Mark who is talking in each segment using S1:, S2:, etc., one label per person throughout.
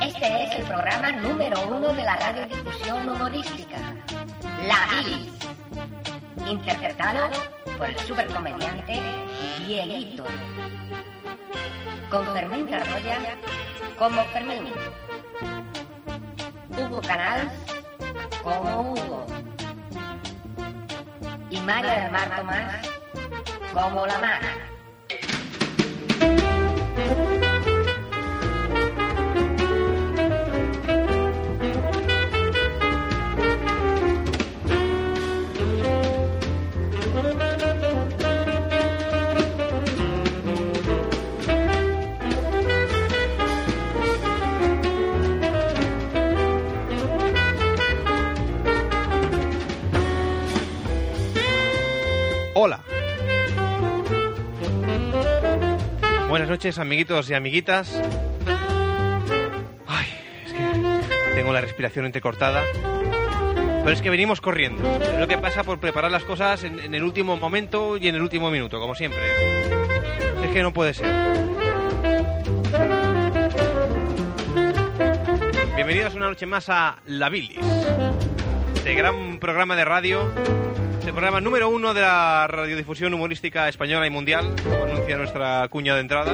S1: Este es el programa número uno de la radiodifusión humorística, La Bilis, interpretado por el supercomediante Dieguito, con Fermín Carroya como Fermín, Hugo Canals como Hugo, y María del Mar Tomás como La Mara.
S2: Hola. Buenas noches, amiguitos y amiguitas. Ay, es que tengo la respiración entrecortada. Pero es que venimos corriendo. Es lo que pasa por preparar las cosas en, en el último momento y en el último minuto, como siempre. Es que no puede ser. Bienvenidos una noche más a La Bilis. Este gran programa de radio el programa número uno de la radiodifusión humorística española y mundial, como anuncia nuestra cuña de entrada.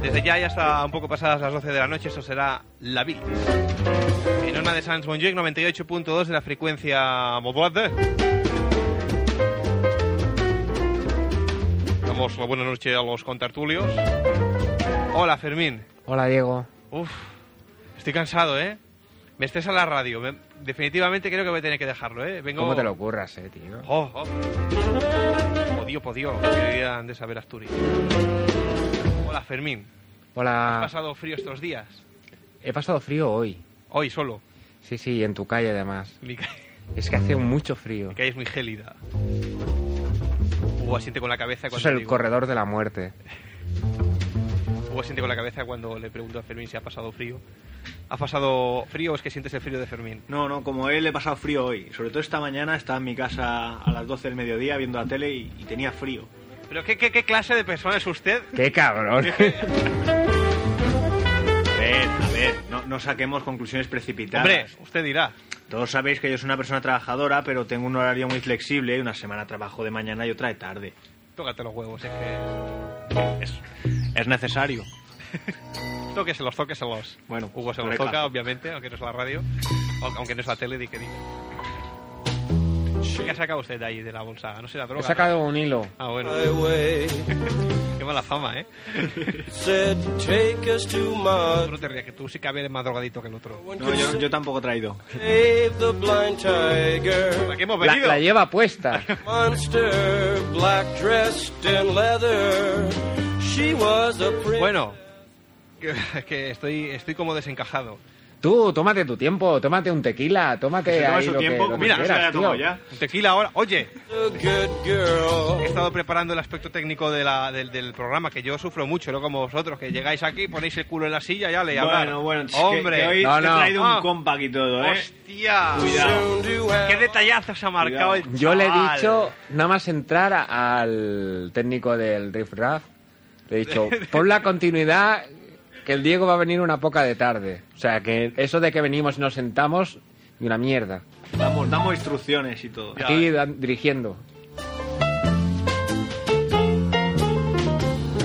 S2: Desde ya y hasta un poco pasadas las 12 de la noche, eso será La Bilis. En una de Sans Montjuic, 98.2 de la frecuencia modulada. Damos la buena noche a los contertulios. Hola, Fermín.
S3: Hola Diego.
S2: Uf, estoy cansado, ¿eh? Me estresa la radio. Me- definitivamente creo que voy a tener que dejarlo, ¿eh? Vengo...
S3: ¿Cómo te lo ocurras, eh, tío?
S2: Oh, oh. Podio, podio, que dirían de saber Asturias. Hola, Fermín. ¿Has
S3: Hola.
S2: pasado frío estos días?
S3: He pasado frío hoy.
S2: Hoy solo.
S3: Sí, sí, en tu calle además.
S2: Mi calle
S3: Es que
S4: Mm.
S3: hace mucho frío.
S2: es muy gélida. Hugo asiente con la cabeza
S3: Eso
S2: cuando
S3: es el
S2: digo-
S3: corredor de la muerte.
S2: Hugo asiente con la cabeza cuando le pregunto a Fermín si ha pasado frío. ¿Ha pasado frío o es que sientes el frío de Fermín?
S4: No, no, como él he pasado frío hoy. Sobre todo esta mañana estaba en mi casa a las 12 del mediodía viendo la tele y, y tenía frío.
S2: ¿Pero qué, qué- qué clase de persona es usted?
S3: ¡Qué cabrón!
S4: A ver, a ver, no, no saquemos conclusiones precipitadas.
S2: Hombre, usted dirá.
S4: Todos sabéis que yo soy una persona trabajadora, pero tengo un horario muy flexible y una semana trabajo de mañana y otra de tarde.
S2: Tócate los huevos, es que...
S4: Es necesario.
S2: Tóqueselos, tóqueselos.
S4: Bueno,
S2: Hugo se
S4: no
S2: los
S4: le
S2: toca,
S4: caso.
S2: obviamente, aunque no es la radio, o- aunque no es la tele, di que diga. ¿Qué ha sacado usted de ahí de la bolsa? No será droga.
S3: He
S2: ¿no?
S3: sacado un hilo.
S2: Ah, bueno,
S5: highway
S2: qué mala fama, ¿eh?
S5: said take us to
S2: Tú
S5: my
S2: no te rías, que tú sí que eres más drogadito que el otro.
S5: one
S4: No,
S5: could
S4: yo, yo tampoco he traído.
S5: save the blind
S2: ¿A
S5: tiger
S2: qué hemos
S3: La,
S2: venido?
S3: la lleva puesta.
S5: monster black dressed in leather she was a princess
S2: Bueno, es que estoy, estoy como desencajado.
S3: Tú, tómate tu tiempo, tómate un tequila, tómate
S4: Se toma
S3: ahí
S4: su
S3: lo que,
S4: tiempo,
S3: lo que
S4: mira, no se la
S3: quieras,
S4: haya tomado
S3: tío.
S4: ya.
S2: Un tequila ahora. Oye,
S5: a good girl
S2: he estado preparando el aspecto técnico de la, del, del programa, que yo sufro mucho, no como vosotros, que llegáis aquí, ponéis el culo en la silla y ya le hablar.
S4: Bueno, bueno, es que-
S2: Hombre,
S4: que hoy
S3: No,
S4: te
S3: no.
S4: he traído
S2: Ah.
S4: un compact y todo, ¿eh?
S2: hostia.
S4: Cuidado.
S5: soon to have
S2: Qué detallazo se ha marcado el
S3: Yo le he
S2: chaval.
S3: dicho, nada más entrar a- al técnico del Riff Raff, le he dicho, pon la continuidad que el Diego va a venir una poca de tarde. O sea, que eso de que venimos y nos sentamos, y una mierda.
S4: Vamos, damos instrucciones y todo.
S2: Ya.
S3: Aquí dan- dirigiendo.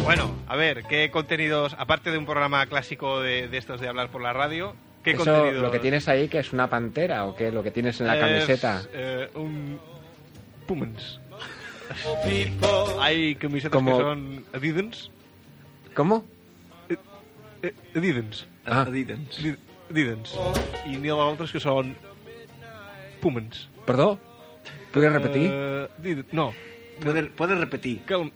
S2: Bueno, a ver, ¿qué contenidos, aparte de un programa clásico de, de estos de hablar por la radio, qué
S3: Eso,
S2: contenidos?
S3: lo que tienes ahí, que es una pantera o qué, lo que tienes en la
S2: Es,
S3: camiseta.
S2: eh, un Pumens.
S5: people
S2: Hay camisetas
S3: Como-
S2: que son Adidas.
S3: ¿Cómo?
S2: eh, Adidas.
S3: Ah.
S4: Adidas.
S2: Adi- Adidas. Y ni otros que son Pumens.
S3: ¿Perdón? ¿Puedes repetir?
S2: Eh, Adidas- no,
S4: Puedes puedes repetir.
S2: cal-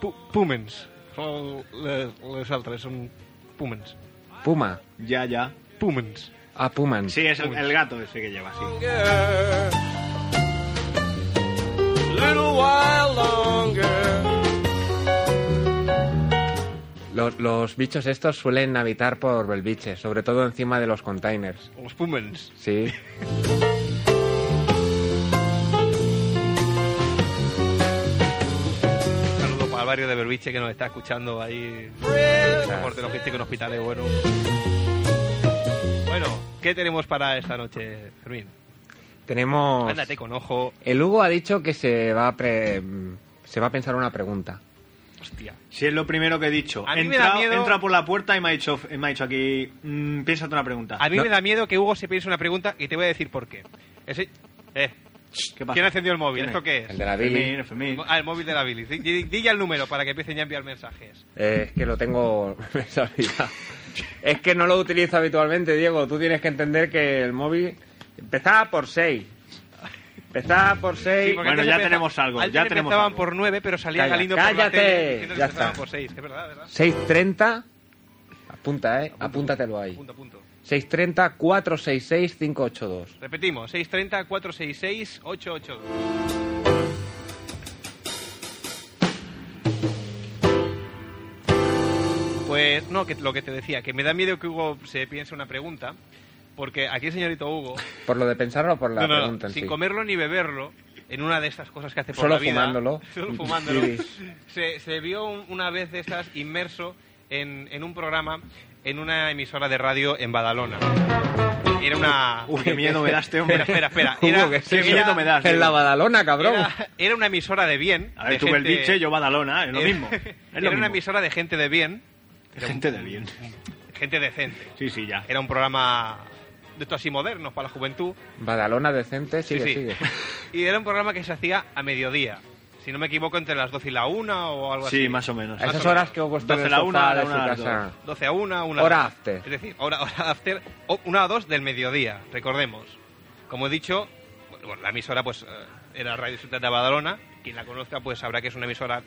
S2: Pu- Pumens. Són les, les altres són Pumens.
S3: Puma.
S4: Ya, ya.
S2: Pumens.
S3: Ah, Puman.
S4: Sí, es el, el gato ese que lleva, sí.
S5: girl little while longer.
S3: Los, los bichos estos suelen habitar por Belviche, sobre todo encima de los containers.
S2: Los Pumens.
S3: Sí.
S2: Un saludo para el barrio de Berbiche que nos está escuchando ahí.
S5: Friend,
S2: Soporte logístico en hospitales, bueno. Bueno, ¿qué tenemos para esta noche, Fermín?
S3: Tenemos.
S2: Ándate con ojo.
S3: El Hugo ha dicho que se va a, pre- se va a pensar una pregunta.
S2: Hostia.
S4: Si es lo primero que he dicho.
S2: A mí me
S4: Entra-
S2: da miedo-
S4: entra por la puerta y me ha dicho, me ha dicho aquí, mm, piénsate una pregunta.
S2: A mí
S3: No.
S2: me da miedo que Hugo se piense una pregunta y te voy a decir por qué. Ese- Eh,
S4: ¿Qué pasa?
S2: ¿Quién ha encendido el móvil?
S4: ¿Quién
S2: ¿Esto qué es?
S3: El de la Billy.
S4: Fermín, Fermín.
S2: Ah, el móvil de la Billy. Di- di- di ya el número para que empiecen ya a enviar mensajes.
S3: Eh, es que lo tengo. me se ha olvidado. es que no lo utilizo habitualmente, Diego. Tú tienes que entender que el móvil. Empezaba por 6. Empezaba por 6.
S2: porque
S4: Bueno,
S2: antes
S4: ya
S2: empezaba-
S4: tenemos algo,
S2: antes
S4: ya tenemos
S2: empezaban
S4: algo.
S2: por 9, pero salía
S3: Calla,
S2: Galindo por la
S3: cállate,
S2: tele diciendo que
S3: ya
S2: empezaban
S3: está.
S2: por 6. Es verdad, ¿verdad?
S3: 6.30. Apunta, eh. Apúntatelo ahí.
S2: Punto, punto.
S3: 6.30 466 582.
S2: Repetimos, 630-466-882. Pues no, que lo que te decía, que me da miedo que Hugo se piense una pregunta, porque aquí el señorito Hugo,
S3: ¿Por lo de pensarlo o por la
S2: no, no, no,
S3: pregunta en
S2: sin
S3: sí?
S2: comerlo ni beberlo, en una de estas cosas que hace por
S3: Solo
S2: la vida,
S3: fumándolo.
S2: solo fumándolo,
S3: Sí.
S2: se, se vio un- una vez de estas inmerso en, en un programa en una emisora de radio en Badalona. Era una...
S4: Uy, qué miedo me das, este hombre.
S2: Espera, espera, espera.
S3: Hugo,
S2: Era,
S3: que sí,
S2: era-
S4: qué miedo me das.
S3: En la
S4: Diego.
S3: Badalona, cabrón.
S2: era- era una emisora de bien.
S4: A ver,
S2: de
S4: tú
S2: gente-
S4: Belviche, yo Badalona, es lo
S2: era-
S4: mismo. Es lo
S2: Era
S4: mismo.
S2: una emisora de gente de bien,
S4: Gente de bien.
S2: gente decente.
S4: Sí, sí, ya.
S2: Era un programa de estos así modernos para la juventud.
S3: Badalona decente, sigue,
S2: sí, sí.
S3: sigue.
S2: Y era un programa que se hacía a mediodía. Si no me equivoco, entre las 12 y la 1 o algo así.
S4: Sí, más o menos.
S3: A
S2: Más
S3: esas
S2: o
S3: horas
S2: menos.
S3: que Hugo está en
S4: 12
S3: el
S4: la
S3: sofá
S4: una,
S3: de
S4: la
S3: su
S4: una, las
S3: casa.
S2: 12 a 1, 1
S3: Hora after.
S2: Es decir, hora, hora after, o una a 2 del mediodía, recordemos. Como he dicho, bueno, la emisora pues eh, era Radio Ciudad de Badalona. Quien la conozca pues sabrá que es una emisora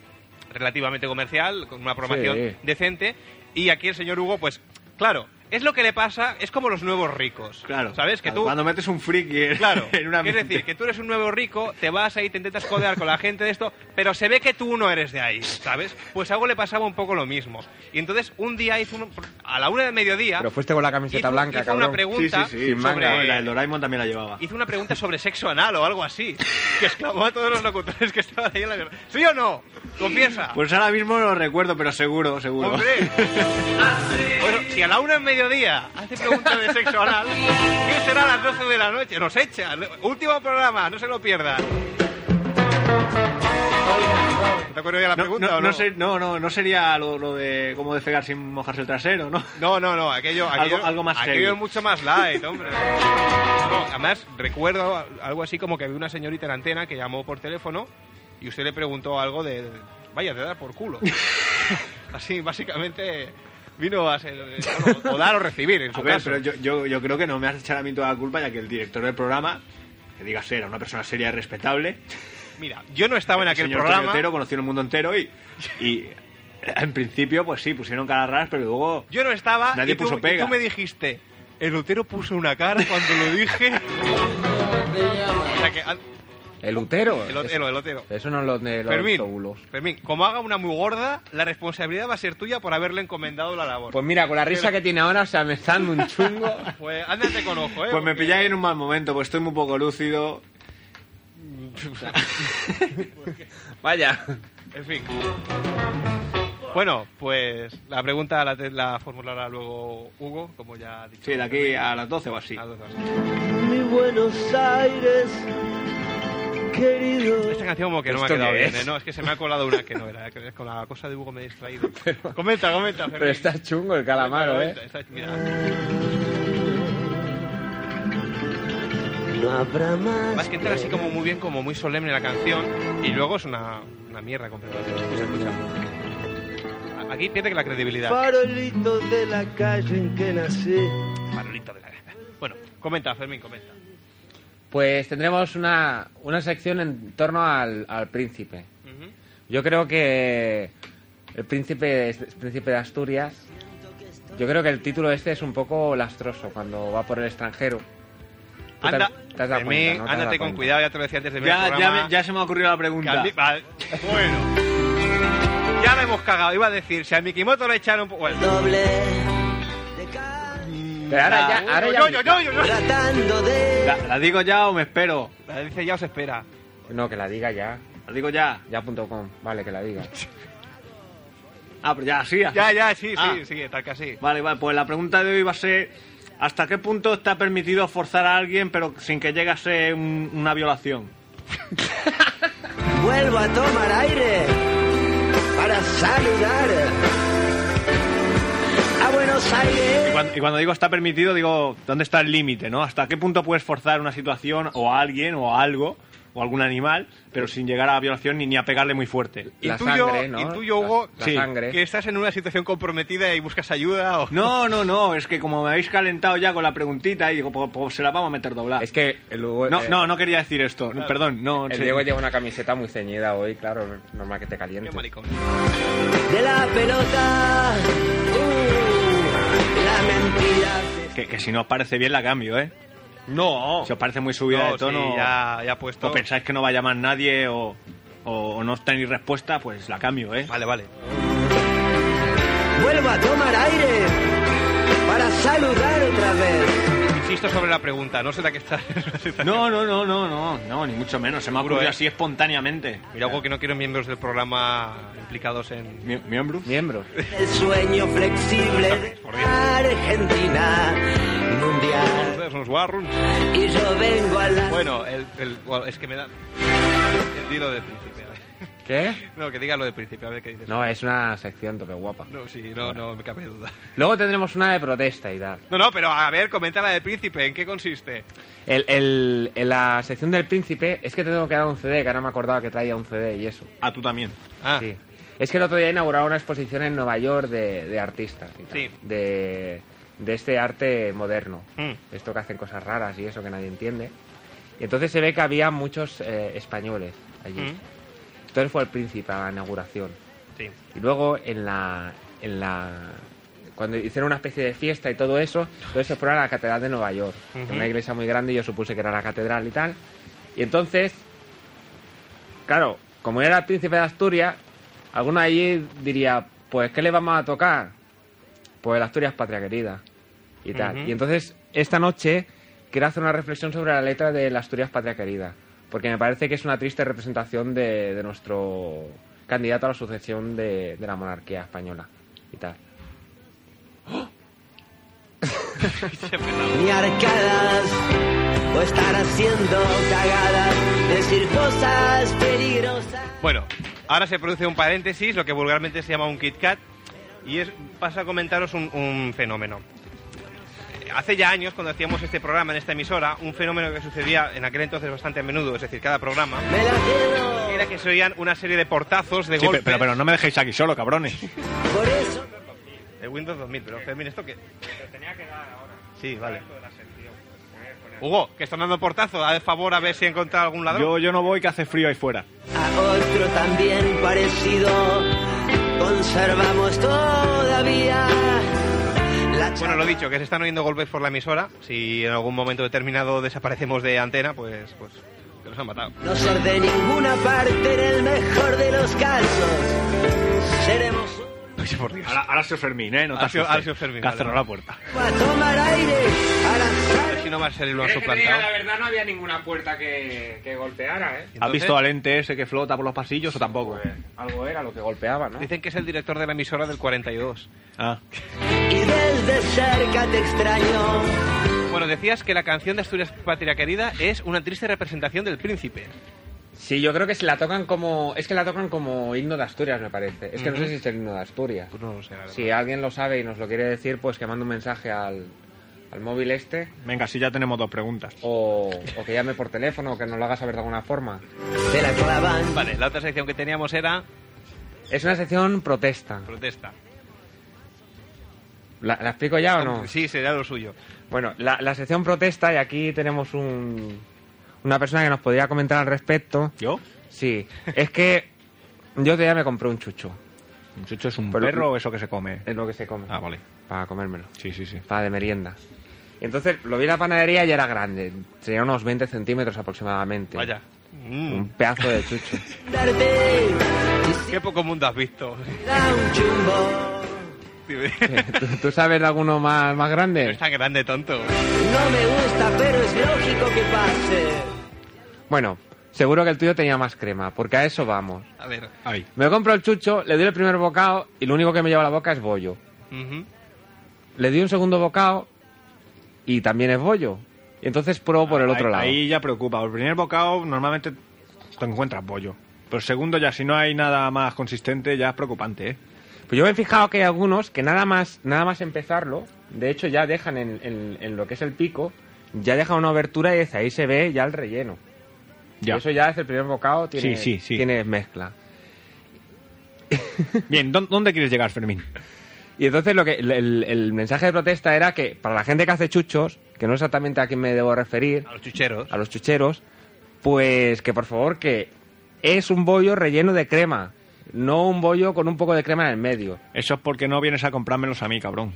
S2: relativamente comercial, con una programación
S3: Sí.
S2: decente. Y aquí el señor Hugo, pues claro, es lo que le pasa, es como los nuevos ricos.
S4: Claro.
S2: ¿Sabes? Que
S4: Claro,
S2: tú...
S4: Cuando metes un friki en,
S2: Claro,
S4: en una
S2: es decir, que tú eres un nuevo rico, te vas ahí, te intentas codear con la gente de esto, pero se ve que tú no eres de ahí, ¿sabes? Pues a Hugo le pasaba un poco lo mismo. Y entonces un día hizo un- a la una del mediodía
S3: Pero fuiste con la camiseta
S2: hizo,
S3: blanca,
S2: hizo
S3: cabrón.
S2: una pregunta
S4: Sí, sí, sí.
S3: Sin
S2: sobre
S3: manga.
S4: No, la- el Doraemon también la llevaba.
S2: hizo una pregunta sobre sexo anal o algo así, que exclamó a todos los locutores que estaban ahí en la guerra. ¿Sí o no? Confiesa.
S4: Pues ahora mismo no lo recuerdo, pero seguro, seguro.
S2: Hombre. Bueno, si a la una del mediodía hace preguntas de sexo oral, ¿qué será a las 12 de la noche? Nos echa. Último programa, no se lo pierdan. ¿Te acuerdas ya la
S4: No,
S2: pregunta
S4: no,
S2: o no?
S4: no ser- no, no, no sería lo, lo de cómo defegar sin mojarse el trasero, ¿no?
S2: No, no, no, aquello, aquello-
S4: Algo- algo más
S2: aquello
S4: heavy.
S2: es mucho más light, hombre. No, además, recuerdo algo así como que había una señorita en antena que llamó por teléfono y usted le preguntó algo de, vaya, te dar por culo. así, básicamente, vino a ser, o, o dar o recibir, en su
S4: A ver,
S2: caso.
S4: pero yo, yo, yo creo que no me has echado a mí toda la culpa, ya que el director del programa, que digas era una persona seria y respetable,
S2: Mira, yo no estaba en
S4: el
S2: aquel
S4: señor
S2: programa.
S4: Toñotero, conoció el mundo entero y, y en principio, pues sí, pusieron caras raras, pero luego...
S2: Yo no estaba.
S4: Nadie
S2: y tú,
S4: puso
S2: y
S4: pega.
S2: tú me dijiste. El Lutero puso una cara cuando lo dije. o sea que. al-
S3: El utero.
S2: El Otero, el Otero.
S3: Eso no lo de los
S2: Fermín,
S3: óvulos.
S2: Fermín, como haga una muy gorda, la responsabilidad va a ser tuya por haberle encomendado la labor.
S3: Pues mira, con la risa que tiene ahora, o sea, me está dando un chungo.
S2: Pues ándate con ojo, ¿eh?
S4: Pues me
S2: porque-
S4: pilláis en un mal momento, pues estoy muy poco lúcido.
S3: Vaya.
S2: En fin. Bueno, pues la pregunta la, te- la formulará luego Hugo, como ya ha dicho.
S4: Sí, de aquí a las 12 o así.
S2: A dos, a dos.
S6: Mi Buenos Aires, querido.
S2: Esta canción como que no me ha
S3: ¿Esto
S2: quedado
S3: qué
S2: bien,
S3: es?
S2: ¿eh? No, es que se me ha colado una que no era. que Con la cosa de Hugo me he distraído. Comenta, comenta, Fermín.
S3: Pero está chungo el calamaro,
S2: Comenta,
S3: ¿eh?
S2: comenta, está- mira,
S6: No habrá más.
S2: además que entra así como muy bien, como muy solemne la canción. Y luego es una, una mierda completamente. Escucha, escucha. A- Aquí pierde la credibilidad.
S6: Farolito de la calle en que nací.
S2: Farolito de la Bueno, comenta, Fermín, comenta.
S3: Pues tendremos una, una sección en torno al, al príncipe.
S2: Ujú.
S3: Yo creo que el príncipe, es- es príncipe de Asturias. Yo creo que el título este es un poco lastroso cuando va por el extranjero. Tú te-
S2: Anda,
S3: te has dado
S2: Fermín,
S3: cuenta, ¿no? Te has dado
S2: ándate con
S3: cuenta.
S2: cuidado, ya te lo decía antes de ver el
S4: Ya, ya,
S2: programa.
S4: me- ya se me ha ocurrido la
S2: Que
S4: pregunta.
S2: a mí- vale. Bueno. Ya la hemos cagado. Iba a decir, si a Mikimoto le echaron... po- Bueno.
S7: doble de cal,
S3: Pero ahora ya, ahora ya-
S2: No, no, no, no, no.
S7: tratando de
S4: ¿La, la digo ya o me espero?
S2: La dice ya os espera.
S3: No, que la diga ya.
S4: La digo ya.
S3: Ya.com. Vale, que la diga.
S4: Ah, pero ya, sí.
S2: Ya, ya, sí,
S4: Ah.
S2: sí, sí, tal que así.
S4: Vale, vale, pues la pregunta de hoy va a ser ¿hasta qué punto está permitido forzar a alguien pero sin que llegue a ser un- una violación?
S7: vuelvo a tomar aire para saludar a Buenos
S4: Y
S7: Aires.
S4: cuando, y cuando digo está permitido, digo, ¿dónde está el límite, no? ¿Hasta qué punto puedes forzar una situación o a alguien o a algo o algún animal pero sin llegar a la violación ni, ni a pegarle muy fuerte?
S3: La
S2: intuyo,
S3: sangre, ¿no?
S2: intuyo,
S3: La-
S2: Hugo,
S3: la
S2: sí,
S3: sangre.
S2: que estás en una situación comprometida y buscas ayuda o...
S4: No, no, no, es que como me habéis calentado ya con la preguntita y digo, pues, pues se la vamos a meter doblada.
S3: Es que el Hugo-
S4: No,
S3: eh,
S4: no, no quería decir esto, perdón, no.
S3: El
S4: sí.
S3: Diego lleva una camiseta muy ceñida hoy, claro, normal que te
S2: Qué
S3: caliente.
S2: maricón.
S7: de la pelota. Uh, la mentira.
S4: Que, que si no os parece bien la cambio, ¿eh? No. Si os parece muy subida
S2: No,
S4: de tono
S2: sí, ya, ya puesto.
S4: o pensáis que no va a llamar nadie o, o, o no tenéis respuesta, pues la cambio, ¿eh?
S2: Vale, vale.
S7: Vuelvo a tomar aire para saludar otra vez.
S2: Insisto sobre la pregunta, no será que estás en una situación-
S4: No, no, no, no, no, no, ni mucho menos. Se me ha
S2: Seguro,
S4: ocurrido
S2: ¿eh?
S4: así espontáneamente.
S2: Mira, Hugo, que no quiero miembros del programa implicados en...
S4: Mi- ¿Miembro?
S3: Miembros.
S7: El sueño flexible de
S2: Por Dios.
S7: Argentina mundial.
S2: Ustedes son los guarruns.
S7: Y yo vengo a la.
S2: Bueno, el, el- bueno, es que me da... Dilo del principio. a ver.
S3: ¿Qué?
S2: No, que diga lo del principio, a ver qué dices.
S3: No, es una sección tope guapa.
S2: No, sí, no, no, me cabe duda.
S3: Luego tendremos una de protesta y tal.
S2: No, no, pero a ver, comenta la del príncipe, ¿en qué consiste?
S3: El, el- en la sección del príncipe es que te tengo que dar un CD, que ahora me acordaba que traía un CD y eso.
S4: A tú también.
S2: Ah,
S3: Sí. Es que el otro día inauguraba una exposición en Nueva York de, de artistas. y tal.
S2: Sí.
S3: De, de este arte moderno.
S2: Mm.
S3: Esto que hacen cosas raras y eso que nadie entiende. Y entonces se ve que había muchos eh, españoles allí.
S2: Mm.
S3: Entonces fue el príncipe a la inauguración.
S2: sí.
S3: Y luego en la, en la... Cuando hicieron una especie de fiesta y todo eso, entonces se fueron a la Catedral de Nueva York. que era Una iglesia muy grande, yo supuse que era la catedral y tal. Y entonces, claro, como era el príncipe de Asturias, alguno allí diría, pues ¿qué le vamos a tocar? Pues el Asturias Patria Querida y tal.
S2: Ujú.
S3: Y entonces, esta noche quiero hacer una reflexión sobre la letra de la Asturias Patria Querida, porque me parece que es una triste representación de, de nuestro candidato a la sucesión de, de la monarquía española y tal.
S7: ni arcadas o estar haciendo cagadas, decir cosas peligrosas.
S2: Bueno, ahora se produce un paréntesis, lo que vulgarmente se llama un Kit Kat, y es, paso a comentaros un, un fenómeno. Eh, Hace ya años, cuando hacíamos este programa en esta emisora, un fenómeno que sucedía en aquel entonces bastante a menudo, es decir, cada programa,
S7: Me la quedo,
S2: era que se oían una serie de portazos de
S4: Sí,
S2: golpes.
S4: pe- pero, pero no me dejéis aquí solo, cabrones.
S7: por eso
S2: El Windows 2000, pero Fermín, ¿esto qué? tenía que dar ahora. Sí, vale. Hugo, que están dando portazo, haz el favor a ver si encuentra algún ladrón.
S4: Yo, yo no voy, que hace frío ahí fuera.
S7: a otro también parecido, conservamos todavía la
S2: Bueno, lo
S7: charla.
S2: dicho, que se están oyendo golpes por la emisora. Si en algún momento determinado desaparecemos de antena, pues, pues que nos han matado.
S7: No ser de ninguna parte en el mejor de los casos, seremos
S2: Oye, por Dios.
S4: Ahora, ahora se os Fermín, ¿eh? No te
S2: Ahora se-
S4: asustes.
S2: ahora se os Fermín,
S4: Que ha
S2: vale,
S4: cerrado
S2: vale.
S4: la puerta.
S7: a tomar aire, a
S2: A ver
S7: lanzar
S2: si no Marcelo lo han suplantado.
S3: verdad, no había ninguna puerta que, golpeara, ¿eh?
S4: ¿Has
S2: Entonces, pues.
S4: visto al ente ese que flota por los pasillos o tampoco?
S3: Algo era lo que golpeaba, ¿no?
S2: Dicen que es el director de la emisora del 42.
S4: Ah.
S7: y desde cerca te extraño.
S2: Bueno, decías que la canción de Asturias Patria Querida es una triste representación del príncipe.
S3: Sí, yo creo que se la tocan como... Es que la tocan como himno de Asturias, me parece. Es que no
S2: Ujú.
S3: sé si es el himno de Asturias.
S2: Pues no lo sé, la verdad.
S3: Si alguien lo sabe y nos lo quiere decir, pues que mande un mensaje al, al móvil este
S4: Venga, sí, ya tenemos dos preguntas.
S3: o, o que llame por teléfono o que nos lo haga saber de alguna forma.
S7: Te la clavan.
S2: Vale, la otra sección que teníamos era
S3: Es una sección protesta.
S2: protesta.
S3: ¿La, la explico ya o no?
S2: Sí, será lo suyo.
S3: Bueno, la, la sección protesta, y aquí tenemos un, una persona que nos podría comentar al respecto.
S4: ¿Yo?
S3: Sí, es que yo todavía me compré un chucho,
S4: ¿Un chucho es un
S3: Pero-
S4: perro o eso que se come?
S3: es lo que se come,
S4: Ah, vale.
S3: para comérmelo,
S4: Sí, sí, sí.
S3: para de merienda. Y entonces lo vi en la panadería y era grande. Tenía unos 20 centímetros aproximadamente.
S2: Vaya. Mm,
S3: Un pedazo de chucho.
S7: Darte
S2: Qué poco mundo has visto.
S7: da un chumbo.
S3: ¿Tú, tú sabes de alguno más, más
S2: No
S3: grande?
S2: es tan grande, tonto.
S7: No me gusta, pero es lógico que pase.
S3: Bueno, seguro que el tuyo tenía más crema, porque a eso vamos.
S2: A ver.
S4: Ay.
S3: Me compro el chucho, le doy el primer bocado y lo único que me lleva a la boca es bollo.
S2: Ujú.
S3: Le di un segundo bocado y también es bollo. Y entonces pruebo por el otro
S4: Ah, ahí,
S3: lado.
S4: Ahí ya preocupa. El primer bocado normalmente te encuentras pollo. Pero el segundo ya, si no hay nada más consistente, ya es preocupante, ¿eh?
S3: Pues yo me he fijado que hay algunos que nada más, nada más empezarlo, de hecho ya dejan en, en- en lo que es el pico, ya dejan una abertura y desde ahí se ve ya el relleno.
S4: Ya.
S3: Y Eso ya desde el primer bocado tiene,
S4: Sí, sí, sí.
S3: tiene mezcla.
S4: Bien, ¿dó- ¿dónde quieres llegar, Fermín?
S3: Y entonces lo que el, el- el mensaje de protesta era que para la gente que hace chuchos, que no es exactamente a quién me debo referir,
S2: A los chucheros.
S3: a los chucheros, pues que por favor que es un bollo relleno de crema, no un bollo con un poco de crema en el medio.
S4: Eso es porque no vienes a comprármelos a mí, cabrón.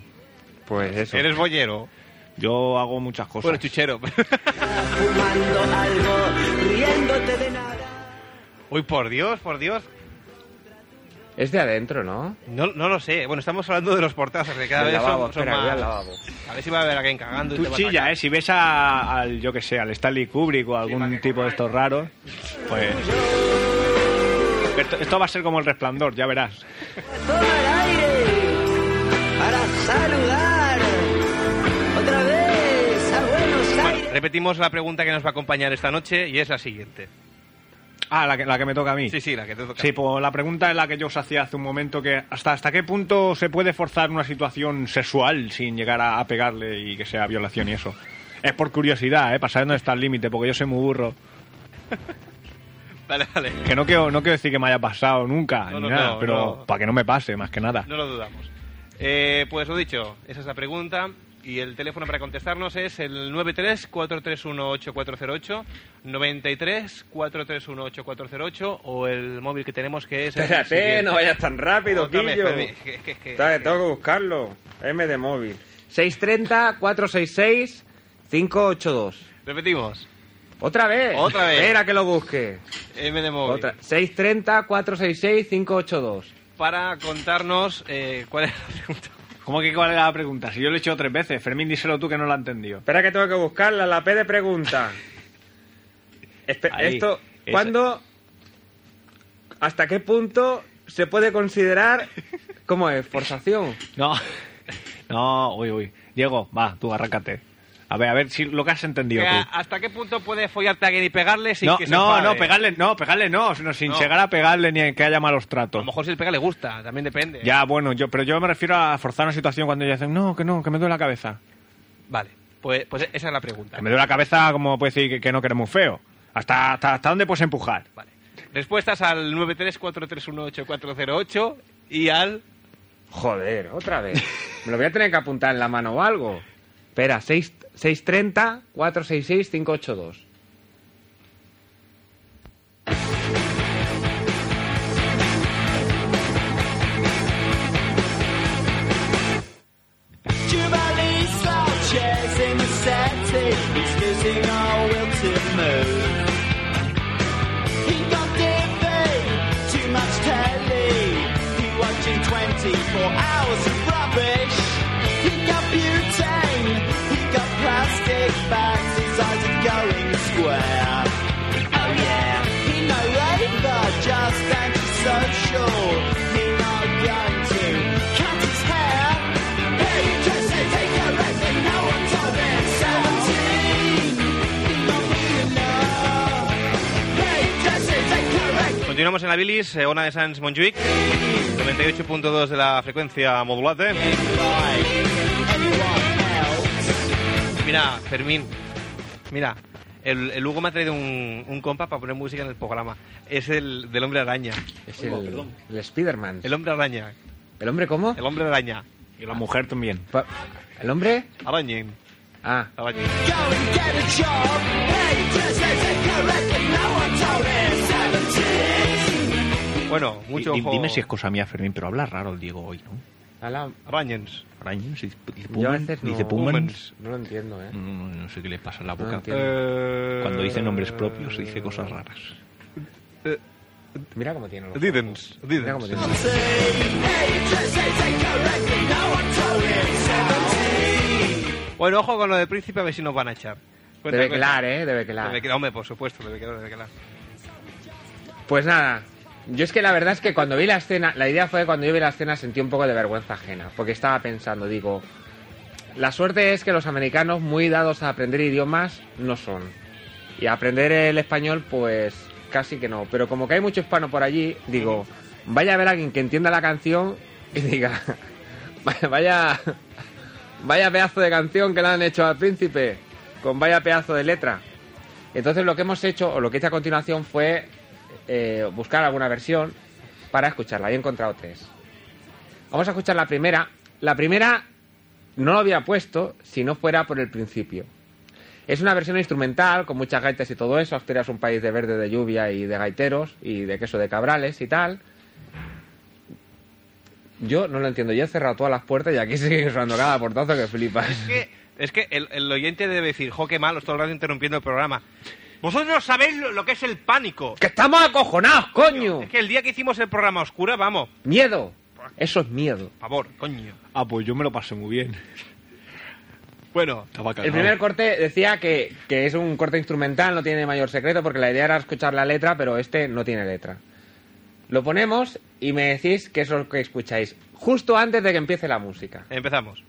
S3: Pues eso.
S2: Eres bollero.
S4: Yo hago muchas cosas.
S2: Bueno, chuchero.
S7: Fumando algo, riéndote de nada.
S2: Uy, por Dios, por Dios.
S3: Es de adentro, ¿no?
S2: No, no lo sé. Bueno, estamos hablando de los portazos, que cada
S3: Del
S2: vez son-
S3: lavabo,
S2: son,
S3: espera, voy
S2: más...
S3: al lavabo.
S2: A ver si va a haber alguien cagando. y
S4: Tú
S2: te va a
S4: chilla,
S2: atacar.
S4: ¿eh? Si ves a- al, yo que sé, al Stanley Kubrick o a algún tipo de estos raros, pues... Esto, esto va a ser como el resplandor, ya verás.
S7: Tomar aire para saludar. Otra vez a Buenos Aires.
S2: Repetimos la pregunta que nos va a acompañar esta noche y es la siguiente.
S4: Ah, la que, la que me toca a mí.
S2: Sí, sí, la que te toca.
S4: Sí, pues la pregunta es la que yo os hacía hace un momento, que hasta, hasta qué punto se puede forzar una situación sexual sin llegar a, a pegarle y que sea violación y eso. Es por curiosidad, ¿eh? Para saber dónde está el límite, porque yo soy muy burro.
S2: Vale, vale.
S4: Que no quiero, no quiero decir que me haya pasado nunca,
S2: No,
S4: ni
S2: no,
S4: nada,
S2: no,
S4: pero
S2: no.
S4: para que no me pase, más que nada.
S2: No lo dudamos. Eh, pues lo dicho, esa es la pregunta. Y el teléfono para contestarnos es el 93-431-8408, 93-431-8408 o el móvil que tenemos que es... el siguiente.
S3: vayas tan rápido,
S2: Otra vez, Fermín, es que- es que- es que-
S3: Está, tengo que buscarlo. M de móvil. 630-466-582.
S2: Repetimos,
S3: Otra vez.
S2: Otra vez.
S3: Espera que lo busque.
S2: M de móvil.
S3: Otra. 630-466-582.
S2: Para contarnos eh, cuál es la pregunta.
S4: ¿Cómo que cuál era la pregunta? Si yo lo he hecho tres veces. Fermín, díselo tú que no lo ha entendido.
S3: Espera que tengo que buscarla, la P de pregunta. Espe-
S4: Ahí,
S3: esto,
S4: esa.
S3: ¿cuándo? ¿Hasta qué punto se puede considerar como esforzación?
S4: No, no, uy, uy. Diego, va, tú arráncate. A ver, a ver si lo que has entendido
S2: Que,
S4: tú.
S2: ¿Hasta qué punto puede follarte a alguien y pegarle sin
S4: no,
S2: Ah, que eh? se
S4: no,
S2: enfade?
S4: no, pegarle, no, pegarle no, sino sin
S2: No.
S4: llegar a pegarle ni que haya malos
S2: A
S4: tratos.
S2: lo mejor si le pega le gusta, también depende.
S4: Ya, bueno, yo, pero yo me refiero a forzar una situación cuando ya dicen, no, que no, que me duele la cabeza.
S2: Vale, pues, pues esa es la pregunta.
S4: Que me duele la cabeza, como puede decir que, que no, que eres muy feo. ¿Hasta, hasta, hasta dónde puedes empujar?
S2: Vale. Respuestas al 934318408 y al...
S3: Joder, otra vez. Me lo voy a tener que apuntar en la mano o algo. Espera, 6, 630-466-582.
S7: Jubilee slouches in the setting, he's losing all will to move. He got DV, too much telly, he watching 24 hours of rubbish. He got butane, he got plastic bags, his eyes are going square. Oh yeah, he no labor, just antisocial. He not going to cut his hair. Hey, just say take a rest and no one's on their seventeen. He not enough. Hey, just say take a rest.
S2: Continuamos en la bilis, eh, Ona de Sans Montjuic, 98.2 de la frecuencia modulada. Mira, Fermín, mira, el, el Hugo me ha traído un, un compa para poner música en el programa. Es el del Hombre Araña.
S3: Es el, el Spiderman.
S2: El Hombre Araña.
S3: ¿El hombre cómo?
S2: El Hombre Araña.
S4: Y la mujer también.
S3: Pa- ¿El hombre?
S2: Arañen.
S3: Ah,
S2: Arañen.
S7: Go and get a job. Hey, just say take a rest and no one's on their seventeen.
S2: Bueno, mucho
S4: Di-
S2: ojo.
S4: Dime si es cosa mía, Fermín, pero habla raro el Diego hoy, ¿no?
S3: Alan,
S2: Arañens.
S4: Arañas, dice
S3: yo a veces no,
S4: dice Pummans.
S3: no lo entiendo, ¿eh?
S4: No, no- no sé qué le pasa a la
S3: No
S4: boca.
S3: entiendo.
S2: Eh,
S4: Cuando dice nombres propios, dice cosas raras.
S3: Mira cómo tiene los
S2: eh, Didens.
S3: Mira cómo tiene.
S2: Didens. Bueno, ojo con lo de príncipe, a ver si nos van a echar.
S3: De Bequelar, ¿eh? De Bequelar.
S2: De Bequelar, hombre, por supuesto, de Bequelar, de Bequelar.
S3: Pues nada. Yo es que la verdad es que cuando vi la escena, la idea fue que cuando yo vi la escena sentí un poco de vergüenza ajena, porque estaba pensando, digo, la suerte es que los americanos muy dados a aprender idiomas no son. Y aprender el español pues casi que no, pero como que hay mucho hispano por allí, digo, vaya a haber alguien que entienda la canción y diga, vaya- vaya vaya pedazo de canción que le han hecho al príncipe, con vaya pedazo de letra. Entonces lo que hemos hecho, o lo que hice a continuación, fue eh, buscar alguna versión para escucharla. He encontrado tres. Vamos a escuchar la primera. La primera no lo había puesto si no fuera por el principio. Es una versión instrumental con muchas gaitas y todo eso. Asturias es un país de verde, de lluvia y de gaiteros y de queso de cabrales y tal. Yo no lo entiendo. Yo he cerrado todas las puertas y aquí sigue sonando cada portazo que flipas.
S2: Es que, es que el, el oyente debe decir, jo, qué malo, estoy interrumpiendo el programa. Vosotros no sabéis lo, lo que es el pánico.
S3: ¡Que estamos acojonados, coño!
S2: Es que el día que hicimos el programa a Oscura, vamos,
S3: ¡Miedo! Eso es miedo.
S2: por favor, coño.
S4: Ah, pues yo me lo pasé muy bien.
S2: Bueno,
S4: Estaba
S3: El
S4: cagado.
S3: primer corte decía que, que es un corte instrumental, no tiene mayor secreto, porque la idea era escuchar la letra, pero este no tiene letra. Lo ponemos y me decís qué es lo que escucháis, justo antes de que empiece la música.
S2: empezamos.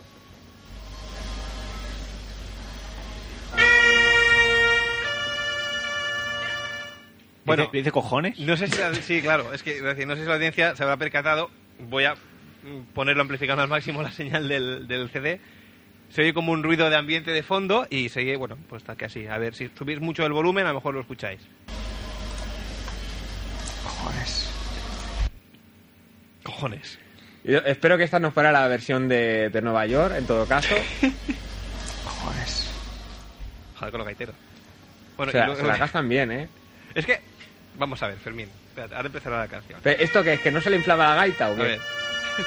S4: Bueno,
S2: Bueno.
S4: ¿Dice, dice cojones?
S2: No sé si la, sí, claro, es que iba a decir, no sé si la audiencia se habrá percatado. Voy a mm, ponerlo amplificando al máximo la señal del, del CD. Se oye como un ruido de ambiente de fondo y se oye, bueno, pues está que así. A ver, si subís mucho el volumen, a lo mejor lo escucháis. Cojones. Cojones.
S3: Yo espero que esta no fuera la versión de, de Nueva York, en todo caso.
S2: Joder, con lo gaitero.
S3: O
S2: Bueno, y
S3: sea,
S2: luego-
S3: se la gastan bien, ¿eh?
S2: es que... Vamos a ver, Fermín. Espérate, ahora empezará la canción.
S3: Pero ¿Esto que es? ¿Que no se le inflaba la gaita o
S2: A ver.
S3: qué?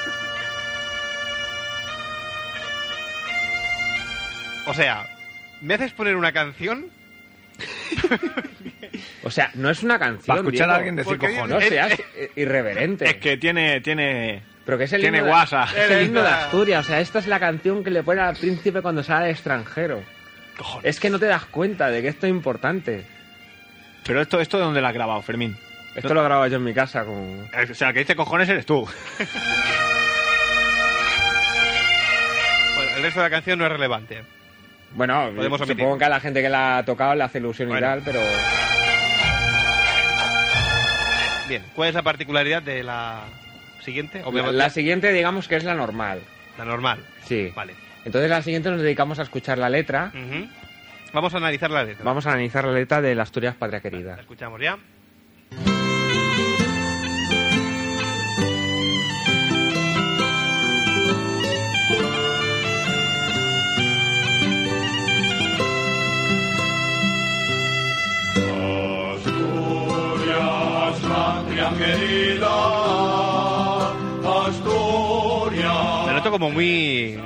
S2: O sea, ¿me haces poner una canción?
S3: O sea, no es una canción.
S4: Va a escuchar
S3: Diego.
S4: a alguien decir
S2: Porque dice-
S3: No
S4: cojones.
S2: Es-
S3: seas irreverente.
S4: Es que tiene, tiene,
S3: Pero que es el
S4: tiene
S3: himno de-
S4: guasa.
S3: Es el himno de
S2: Venga.
S3: Asturias, o sea, esta es la canción que le ponen al príncipe cuando sale al extranjero.
S4: Cojones.
S3: Es que no te das cuenta de que esto es importante.
S4: Pero esto, esto de dónde la has grabado, Fermín.
S3: Esto lo grababa yo en mi casa con...
S4: O sea, que dice cojones eres tú.
S2: Bueno, el resto de la canción no es relevante.
S3: Bueno,
S2: Podemos omitir.
S3: supongo que a la gente que la ha tocado le hace ilusión y
S2: Bueno.
S3: tal, pero...
S2: Bien, ¿cuál es la particularidad de la siguiente?
S3: La,
S2: Obviamente,
S3: la siguiente digamos que es la normal.
S2: la normal.
S3: Sí.
S2: Vale.
S3: Entonces la siguiente nos dedicamos a escuchar la letra.
S2: Ujú. Vamos a analizar la letra.
S3: Vamos a analizar la letra de la Asturias Patria
S2: La
S3: Querida.
S2: escuchamos ya.
S5: Asturias, patria querida, Asturias.
S2: La noto como muy...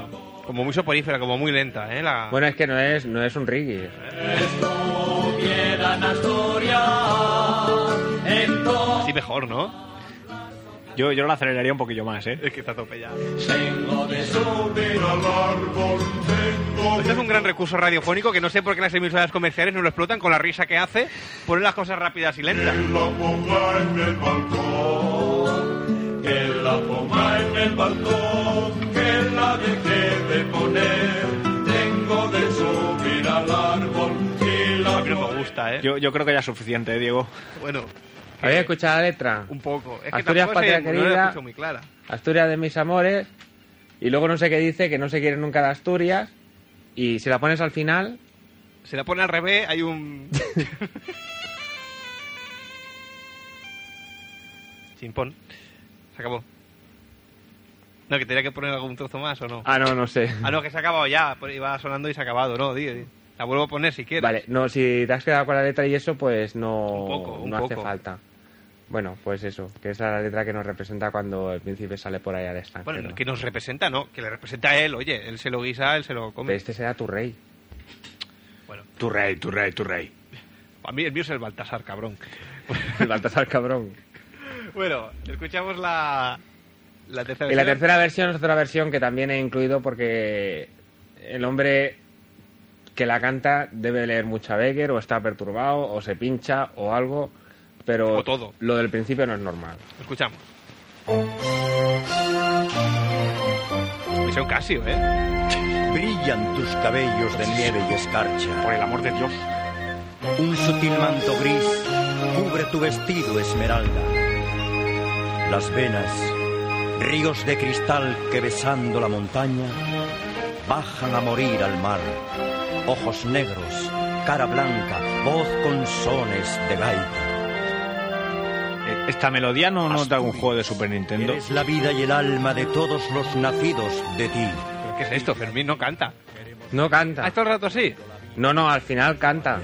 S2: Como muy soporífera, como muy lenta, ¿eh? La...
S3: Bueno, es que no es, no es un reggae.
S2: Eh.
S5: Estuviera en Asturias, entonces
S2: Sí, mejor, ¿no?
S4: Yo, yo la aceleraría un poquillo más, ¿eh?
S2: Es que está atropellada.
S5: tengo de subir al árbol, tengo
S2: Este es un gran recurso radiofónico que no sé por qué las emisoras comerciales no lo explotan con la risa que hace, ponen las cosas rápidas y lentas.
S5: que la ponga en el balcón, que la ponga en el balcón, que la deje de poner, tengo de subir al árbol y la
S2: A mí no me gusta, ¿eh?
S4: Yo, yo creo que ya es suficiente, ¿eh, Diego.
S2: Bueno,
S3: ¿Habéis escuchado la letra?
S2: un poco. Es
S3: Asturias,
S2: que tampoco sé,
S3: patria
S2: no la
S3: querida.
S2: escucho muy clara.
S3: Asturias de mis amores. Y luego no sé qué dice, que no se quiere nunca de Asturias. Y si la pones al final,
S2: Se la pone al revés, hay un... Chimpón. Se acabó. No, que tenía que poner algún trozo más, ¿o no?
S3: Ah, no, no sé.
S2: Ah, no, que se ha acabado ya. por- Iba sonando y se ha acabado, ¿no? Di, di. La vuelvo a poner si quieres.
S3: Vale, no, si te has quedado con la letra y eso, pues no,
S2: Un poco, un
S3: no hace
S2: poco.
S3: falta. Bueno, pues eso, que esa es la letra que nos representa cuando el príncipe sale por ahí al extranjero.
S2: Bueno, que nos representa, no, que le representa a él, oye, él se lo guisa, él se lo
S3: Pero
S2: come.
S3: este será tu rey.
S2: Bueno,
S4: Tu rey, tu rey, tu rey.
S2: a mí el mío es el Baltasar, cabrón.
S3: El Baltasar cabrón.
S2: bueno, escuchamos la, la tercera
S3: Y la
S2: versión.
S3: tercera versión es otra versión que también he incluido porque el hombre que la canta debe leer mucho a Becker o está perturbado o se pincha o algo, pero
S2: O todo.
S3: lo del principio no es normal.
S2: Escuchamos. Misión Casio, ¿eh?
S8: Brillan tus cabellos de nieve y escarcha.
S4: Por el amor de Dios.
S8: Un sutil manto gris cubre tu vestido esmeralda. Las venas, ríos de cristal que besando la montaña, bajan a morir al mar. Ojos negros, cara blanca, voz con sones de gaita.
S4: Eh, Esta melodía no nota algún
S8: Asturias.
S4: juego de Super Nintendo.
S8: Eres la vida y el alma de todos los nacidos de ti.
S2: ¿Pero ¿Qué es esto? Fermín no canta.
S3: No
S2: ¿Ha
S3: canta.
S2: estado Ah, el rato así?
S3: No, no, al final canta.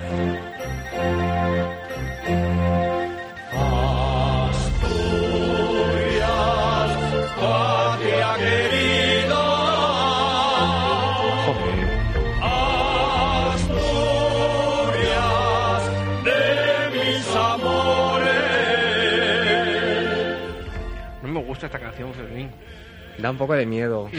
S2: No me gusta esta canción, Fermín.
S3: Da un poco de miedo.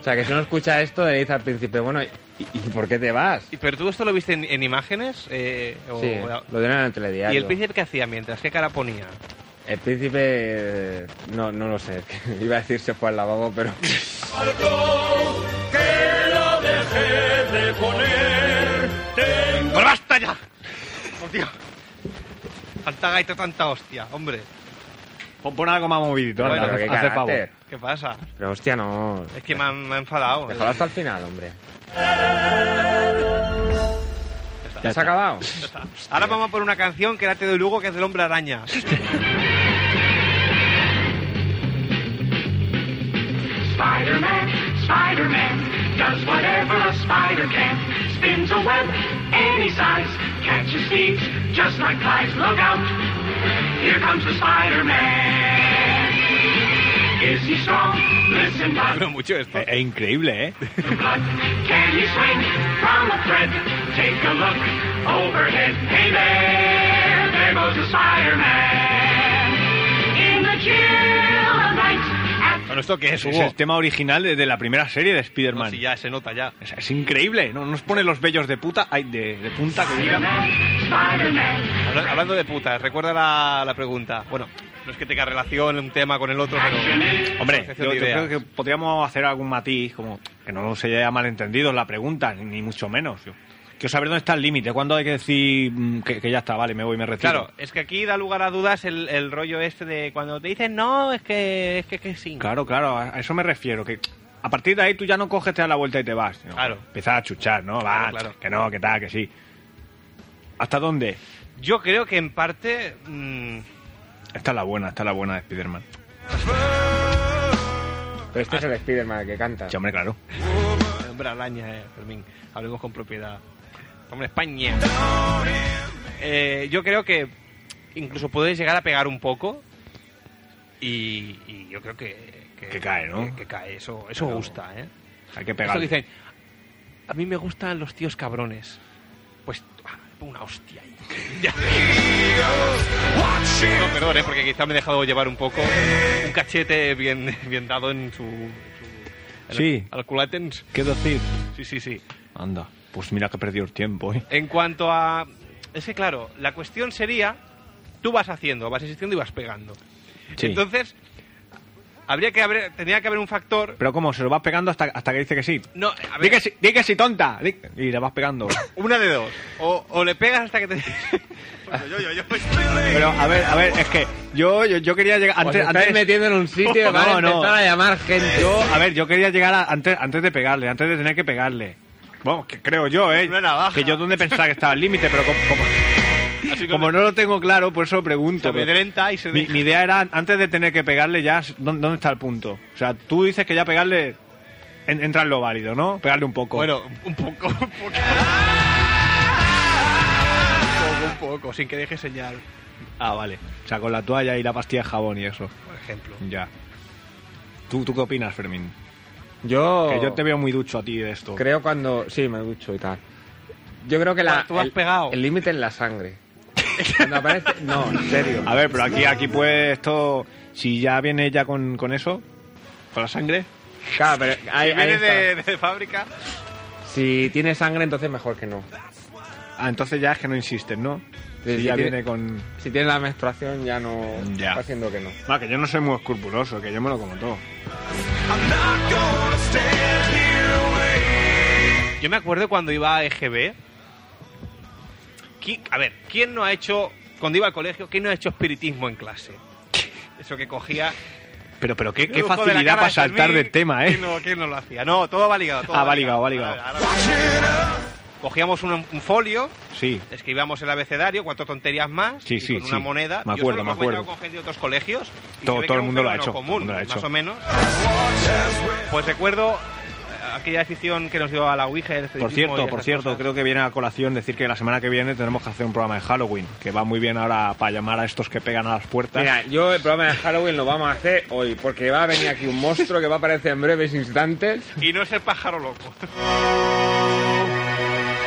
S3: O sea, que si uno escucha esto, le dice al príncipe, bueno, ¿y, y por qué te vas?
S2: ¿Y- ¿Pero tú esto lo viste en, en imágenes? Eh, o-
S3: Sí, lo dieron en el telediario.
S2: ¿Y el príncipe qué hacía mientras? ¿Qué cara ponía?
S3: El príncipe, eh, no, no lo sé. Iba a decir se fue al lavabo, pero
S2: ¡Pero ¡Pues basta ya! ¡Por Dios! Tanta gaita, tanta hostia, hombre.
S4: Pon, pon algo más movidito.
S3: Bueno,
S4: anda,
S3: pero qué
S4: haz el pavo.
S3: carácter.
S2: ¿Qué pasa?
S3: Pero hostia, no.
S2: Es que me han- me ha enfadado.
S3: Déjalo hasta el final, hombre. ¿Ya se ha acabado?
S2: Ahora vamos a poner una canción que era Te doy Lugo, que es del Hombre Araña.
S9: Spider-Man, Spider-Man, does whatever a spider can. Spins a web any size, catches thieves just like flies. Look out, here comes the Spider-Man. Is he strong? Listen, bud.
S2: Pero mucho esto.
S4: Es, es increíble, ¿eh?
S9: Blood. Can you swing from a thread? Take a look overhead. Hey there, there goes the Spider-Man. In the chill of night, at
S2: Bueno, ¿esto qué es,
S4: Es el tema original de, de la primera serie de Spider-Man.
S2: si ya se nota ya.
S4: es, es increíble. No nos pone los vellos de puta. Ay, de, de punta que diga.
S9: Spider-Man, Spider-Man.
S2: Habla- Hablando de putas, recuerda la, la pregunta. Bueno, no es que tenga relación un tema con el otro, pero.
S4: Hombre,
S2: Asociación
S4: yo,
S2: de
S4: yo
S2: ideas.
S4: creo que podríamos hacer algún matiz, como que no se haya malentendido la pregunta, ni, ni mucho menos. Yo quiero saber dónde está el límite, cuándo hay que decir mm, que, que ya está, vale, me voy, me retiro.
S2: Claro, es que aquí da lugar a dudas el, el rollo este de cuando te dicen no, es que es que, que sí.
S4: claro, claro, a a eso me refiero, que a partir de ahí tú ya no coges, te das la vuelta y te vas. sino
S2: Claro.
S4: Empiezas a chuchar, ¿no? Va,
S2: Claro, claro.
S4: que no, que tal, que sí. ¿Hasta dónde?
S2: Yo creo que en parte. mm,
S4: Esta es la buena, esta es la buena de Spider-Man.
S3: Pero este es el Spiderman el que canta.
S4: Sí, hombre, claro.
S2: el hombre araña, eh, Fermín. Hablemos con propiedad. Hombre, España. Eh, yo creo que incluso puedes llegar a pegar un poco. Y, y yo creo que.
S4: Que cae, ¿no?
S2: Que, que cae, eso, eso gusta, ¿eh?
S4: Hay que
S2: Esto
S4: pegar.
S2: que dicen, a mí me gustan los tíos cabrones. Pues ah, una hostia ahí. Ya. no, perdón, ¿eh? porque quizá me he dejado llevar un poco un cachete bien, bien dado en su... su- en
S4: Sí.
S2: Al culatens.
S4: ¿Qué decir?
S2: Sí, sí, sí.
S4: Anda, pues mira que he perdido el tiempo, ¿eh?
S2: En cuanto a... Es que claro, la cuestión sería, tú vas haciendo, vas existiendo y vas pegando.
S4: Sí.
S2: Entonces, habría que haber, tendría que haber un factor...
S4: Pero como se lo vas pegando hasta, hasta que dice que sí.
S2: No, a
S4: Di
S2: ver,
S4: que sí, di que sí, tonta. Di- Y le vas pegando.
S2: una de dos. O, o le pegas hasta que te... yo, yo, yo, yo.
S4: Pero a ver, a ver, es que yo, yo, yo quería
S2: Pues
S4: llegar
S3: Os
S4: antes,
S3: estáis
S4: antes-
S3: metiendo en un sitio
S4: No,
S3: van a
S4: no.
S3: empezar a llamar gente.
S4: yo, a ver, yo quería llegar a- antes, antes de pegarle, antes de tener que pegarle. Vamos, que creo yo, ¿eh?
S2: Una navaja.
S4: Que yo donde pensaba que estaba el límite, pero como, como-
S2: Así
S4: como
S2: como
S4: no lo tengo claro, por eso
S2: se
S4: pregunto. pero-
S2: amedrenta y se
S4: mi,
S2: deja.
S4: mi idea era, antes de tener que pegarle ya, ¿dónde, dónde está el punto? O sea, tú dices que ya pegarle en- entra en lo válido, ¿no? Pegarle un poco.
S2: Bueno, un poco, un poco. un poco, un poco, sin que deje señal,
S4: Ah, vale. O sea, con la toalla y la pastilla de jabón y eso.
S2: por ejemplo.
S4: Ya. ¿Tú, tú qué opinas, Fermín?
S3: Yo,
S4: Que yo te veo muy ducho a ti de esto.
S3: creo cuando... Sí, me ducho y tal. Yo creo que
S2: Ah,
S3: la,
S2: tú has
S3: el-
S2: pegado.
S3: el límite es la sangre. Cuando aparece- No, en serio.
S4: A ver, pero aquí, aquí pues esto... Si ya viene ya con, con eso, con la sangre...
S3: Claro, pero ahí-
S2: Si
S3: ahí
S2: viene
S3: está.
S2: de, de fábrica,
S3: Si tiene sangre, entonces mejor que no.
S4: Ah, entonces ya es que no insisten, ¿no?
S3: Sí,
S4: Si
S3: sí,
S4: ya
S3: tiene-
S4: viene con...
S3: Si tiene la menstruación, ya no...
S4: Ya.
S3: Está haciendo que no.
S4: Va, que yo no soy muy escrupuloso, que yo me lo como todo.
S2: yo me acuerdo cuando iba a EGB. ¿Qui- A ver, ¿quién no ha hecho, cuando iba al colegio, quién no ha hecho espiritismo en clase? Eso que cogía.
S4: Pero, pero qué, qué
S2: Lujo de la
S4: facilidad
S2: cara
S4: para
S2: de
S4: saltar
S2: Fermín,
S4: del tema, ¿eh?
S2: ¿Quién no, quién no lo hacía? No, todo va ligado. todo
S4: Ah, va ligado, va ligado.
S2: Ahora, ahora va. Cogíamos un, un folio,
S4: Sí.
S3: Este
S2: escribíamos el abecedario, cuatro tonterías más,
S4: Sí,
S2: y
S4: sí,
S2: con una
S4: sí.
S2: moneda.
S4: Me
S2: Yo
S4: acuerdo,
S2: solo
S4: me
S2: he comentado
S4: acuerdo.
S2: con gente de otros colegios. y
S4: Todo-
S2: se ve que
S4: todo el
S2: era un
S4: mundo lo ha
S2: fenómeno
S4: hecho, todo el
S2: Común,
S4: mundo lo ha
S2: más
S4: hecho.
S2: o menos. Pues recuerdo eh, aquella decisión que nos dio a la Ouija. el
S4: Por
S2: espiritismo y
S4: cierto,
S2: esas
S4: por cierto,
S2: cosas.
S4: creo que viene a colación decir que la semana que viene tenemos que hacer un programa de Halloween, que va muy bien ahora para llamar a estos que pegan a las puertas.
S3: Mira, yo el programa de Halloween lo vamos a hacer hoy, porque va a venir aquí un monstruo que va a aparecer en breves instantes.
S2: Y no es el pájaro loco.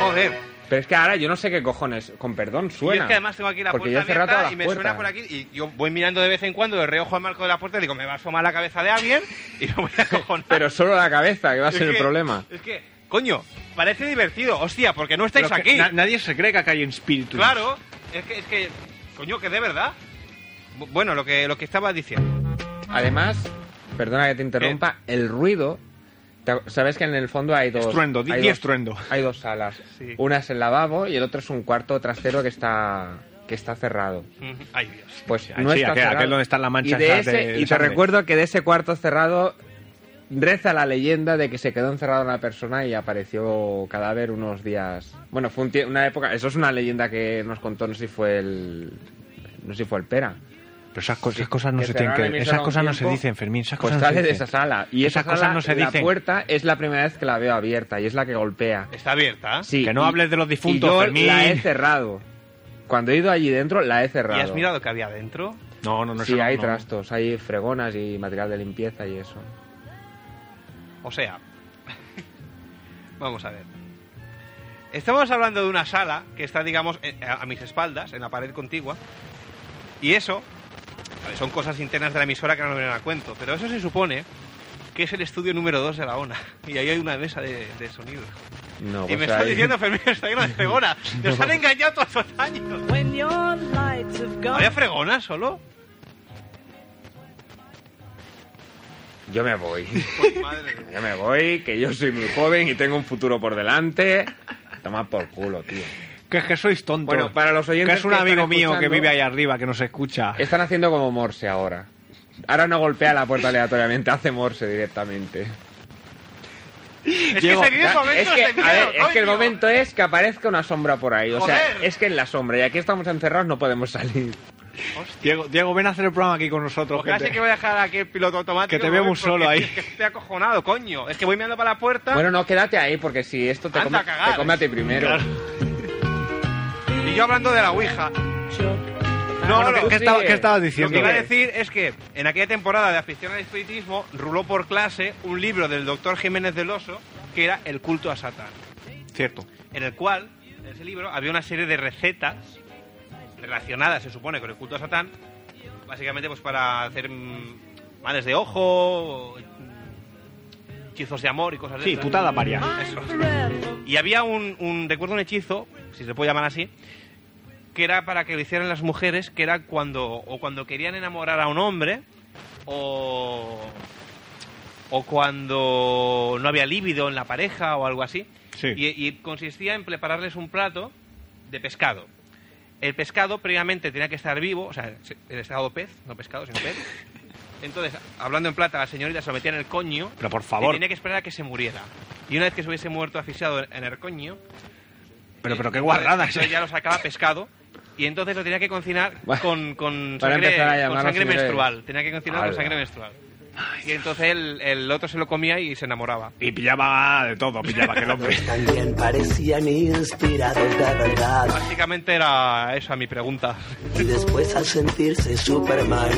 S2: Joder.
S3: Pero es que ahora yo no sé qué cojones, con perdón,
S2: Y
S3: suena.
S2: es que además tengo aquí la
S3: porque
S2: puerta
S3: yo he cerrado
S2: abierta
S3: todas
S2: y
S3: las
S2: me
S3: puertas.
S2: suena por aquí y yo voy mirando de vez en cuando de reojo al marco de la puerta y digo, me va a asomar la cabeza de alguien y no voy a cojonar.
S3: Pero solo la cabeza, que va a
S2: Es
S3: ser el
S2: que-
S3: problema.
S2: Es que, coño, parece divertido. Hostia, porque no estáis
S4: Pero que
S2: aquí.
S4: na- nadie se cree que acá hay un espíritu.
S2: Claro, es que, es que, coño, que de verdad. Bu- Bueno, lo que, lo que estaba diciendo.
S3: Además, perdona que te interrumpa,
S2: Eh.
S3: el ruido... te- Sabes que en el fondo hay dos...
S4: Estruendo, di-
S3: hay
S4: di
S3: dos-
S4: estruendo.
S3: Hay dos salas.
S2: Sí.
S3: Una es el lavabo y el otro es un cuarto trasero que está, que está cerrado.
S2: Mm, Ay, Dios.
S3: Pues
S4: Sí,
S3: no
S4: sí,
S3: está
S4: aquel-
S3: cerrado.
S4: aquel donde están las manchas
S3: y, de
S4: esas
S3: ese-
S4: de- de
S3: y te
S4: sangre.
S3: recuerdo que de ese cuarto cerrado reza la leyenda de que se quedó encerrada una persona y apareció cadáver unos días. Bueno, fue un tie- una época. Eso es una leyenda que nos contó, no sé si fue el. No sé si fue el Pera.
S4: Pero esas cosas, esas cosas no
S3: Que
S4: se tienen
S3: cerraron la
S4: que
S3: emisora
S4: esas
S3: un
S4: cosas no se
S3: tiempo,
S4: dicen, Fermín, esas
S3: Pues
S4: cosas no
S3: sale
S4: se
S3: de
S4: dicen.
S3: esa sala. Y esa
S4: esas cosas
S3: sala,
S4: no se
S3: la
S4: dicen.
S3: puerta es la primera vez que la veo abierta y es la que golpea.
S2: Está abierta.
S3: Sí,
S4: Que no
S3: y-
S4: hables de los difuntos,
S3: y yo
S4: Fermín.
S3: la he cerrado. Cuando he ido allí dentro, la he cerrado.
S2: ¿Y has mirado que había dentro?
S4: No, no, no
S3: sí,
S4: eso no-
S3: hay
S4: no.
S3: trastos, hay fregonas y material de limpieza y eso.
S2: O sea, vamos a ver. Estamos hablando de una sala que está, digamos, en- a a mis espaldas, en la pared contigua. Y eso, a ver, son cosas internas de la emisora que no me vienen a cuento, pero eso se supone que es el estudio número 2 de la ONA. Y ahí hay una mesa de, de sonido.
S3: No,
S2: y
S3: pues
S2: me está
S3: ahí- pues
S2: diciendo, Fermín, está lleno de fregonas. Nos han engañado todos los años. ¿Había fregonas solo?
S3: Yo me voy.
S2: Pues madre mía.
S3: Yo me voy, que yo soy muy joven y tengo un futuro por delante. Toma por culo, tío.
S4: Que es que sois tontos.
S3: Bueno, para los oyentes
S4: Que es un
S3: que están
S4: amigo mío que
S3: escuchando-
S4: vive ahí arriba, que nos escucha.
S3: Están haciendo como Morse ahora. Ahora no golpea la puerta aleatoriamente, hace Morse directamente.
S2: Es
S4: Llego-
S2: que se viven
S3: Ya,
S2: momentos
S3: es que,
S2: de miedo,
S3: a ver, es que el
S2: coño.
S3: momento es que aparezca una sombra por ahí. O sea,
S2: Joder.
S3: es que en la sombra. Y aquí estamos encerrados, no podemos salir.
S4: Diego, Diego, ven a hacer el programa aquí con nosotros.
S2: Pues casi
S4: gente.
S2: que voy a dejar aquí el piloto automático.
S4: Que te veo
S2: ¿no?
S4: un solo
S2: Porque
S4: ahí.
S2: es que estoy acojonado, coño. Es que voy mirando para la puerta
S3: Bueno, no, quédate ahí, porque si esto te,
S2: Anda
S3: come,
S2: a cagar.
S3: te come a ti primero.
S4: Claro.
S2: y yo hablando de la Ouija. No,
S3: Bueno,
S2: no,
S4: ¿Qué,
S3: que-
S2: lo
S4: estaba-
S3: sigue.
S4: qué estabas diciendo?
S2: que iba a decir es que en aquella temporada de afición al espiritismo ruló por clase un libro del doctor Jiménez del Oso que era El culto a Satán,
S4: Cierto.
S2: en el cual, en ese libro, había una serie de recetas relacionadas, se supone, con el culto a Satán, básicamente pues para hacer mm, males de ojo, o, mm, hechizos de amor y cosas de
S4: Sí,
S2: esas.
S4: putada varias.
S2: Eso. Y había un, un- recuerdo un hechizo, si se puede llamar así, que era para que lo hicieran las mujeres, que era cuando o cuando querían enamorar a un hombre o o cuando no había líbido en la pareja o algo así.
S4: Sí.
S2: Y, y consistía en prepararles un plato de pescado. El pescado previamente tenía que estar vivo, o sea, el estado pez, no pescado, sino pez. Entonces, hablando en plata, la señorita se lo metía en el coño
S4: Pero por
S2: y
S4: favor,
S2: tenía que esperar a que se muriera. Y una vez que se hubiese muerto asfixiado en- en el coño,
S4: Pero, pero qué guarradas.
S2: entonces ya lo sacaba pescado. Y entonces lo tenía que cocinar
S3: Bueno,
S2: con, con
S3: para
S2: sangre,
S3: empezar a
S2: con
S3: llamarlo
S2: sangre
S3: señores.
S2: menstrual. Tenía que cocinar con
S3: Ala.
S2: sangre menstrual. Y entonces el, el otro se lo comía y se enamoraba.
S4: Y pillaba de todo, pillaba aquel hombre.
S7: También parecían inspirados de verdad.
S2: Básicamente era esa mi pregunta.
S7: Y después al sentirse Superman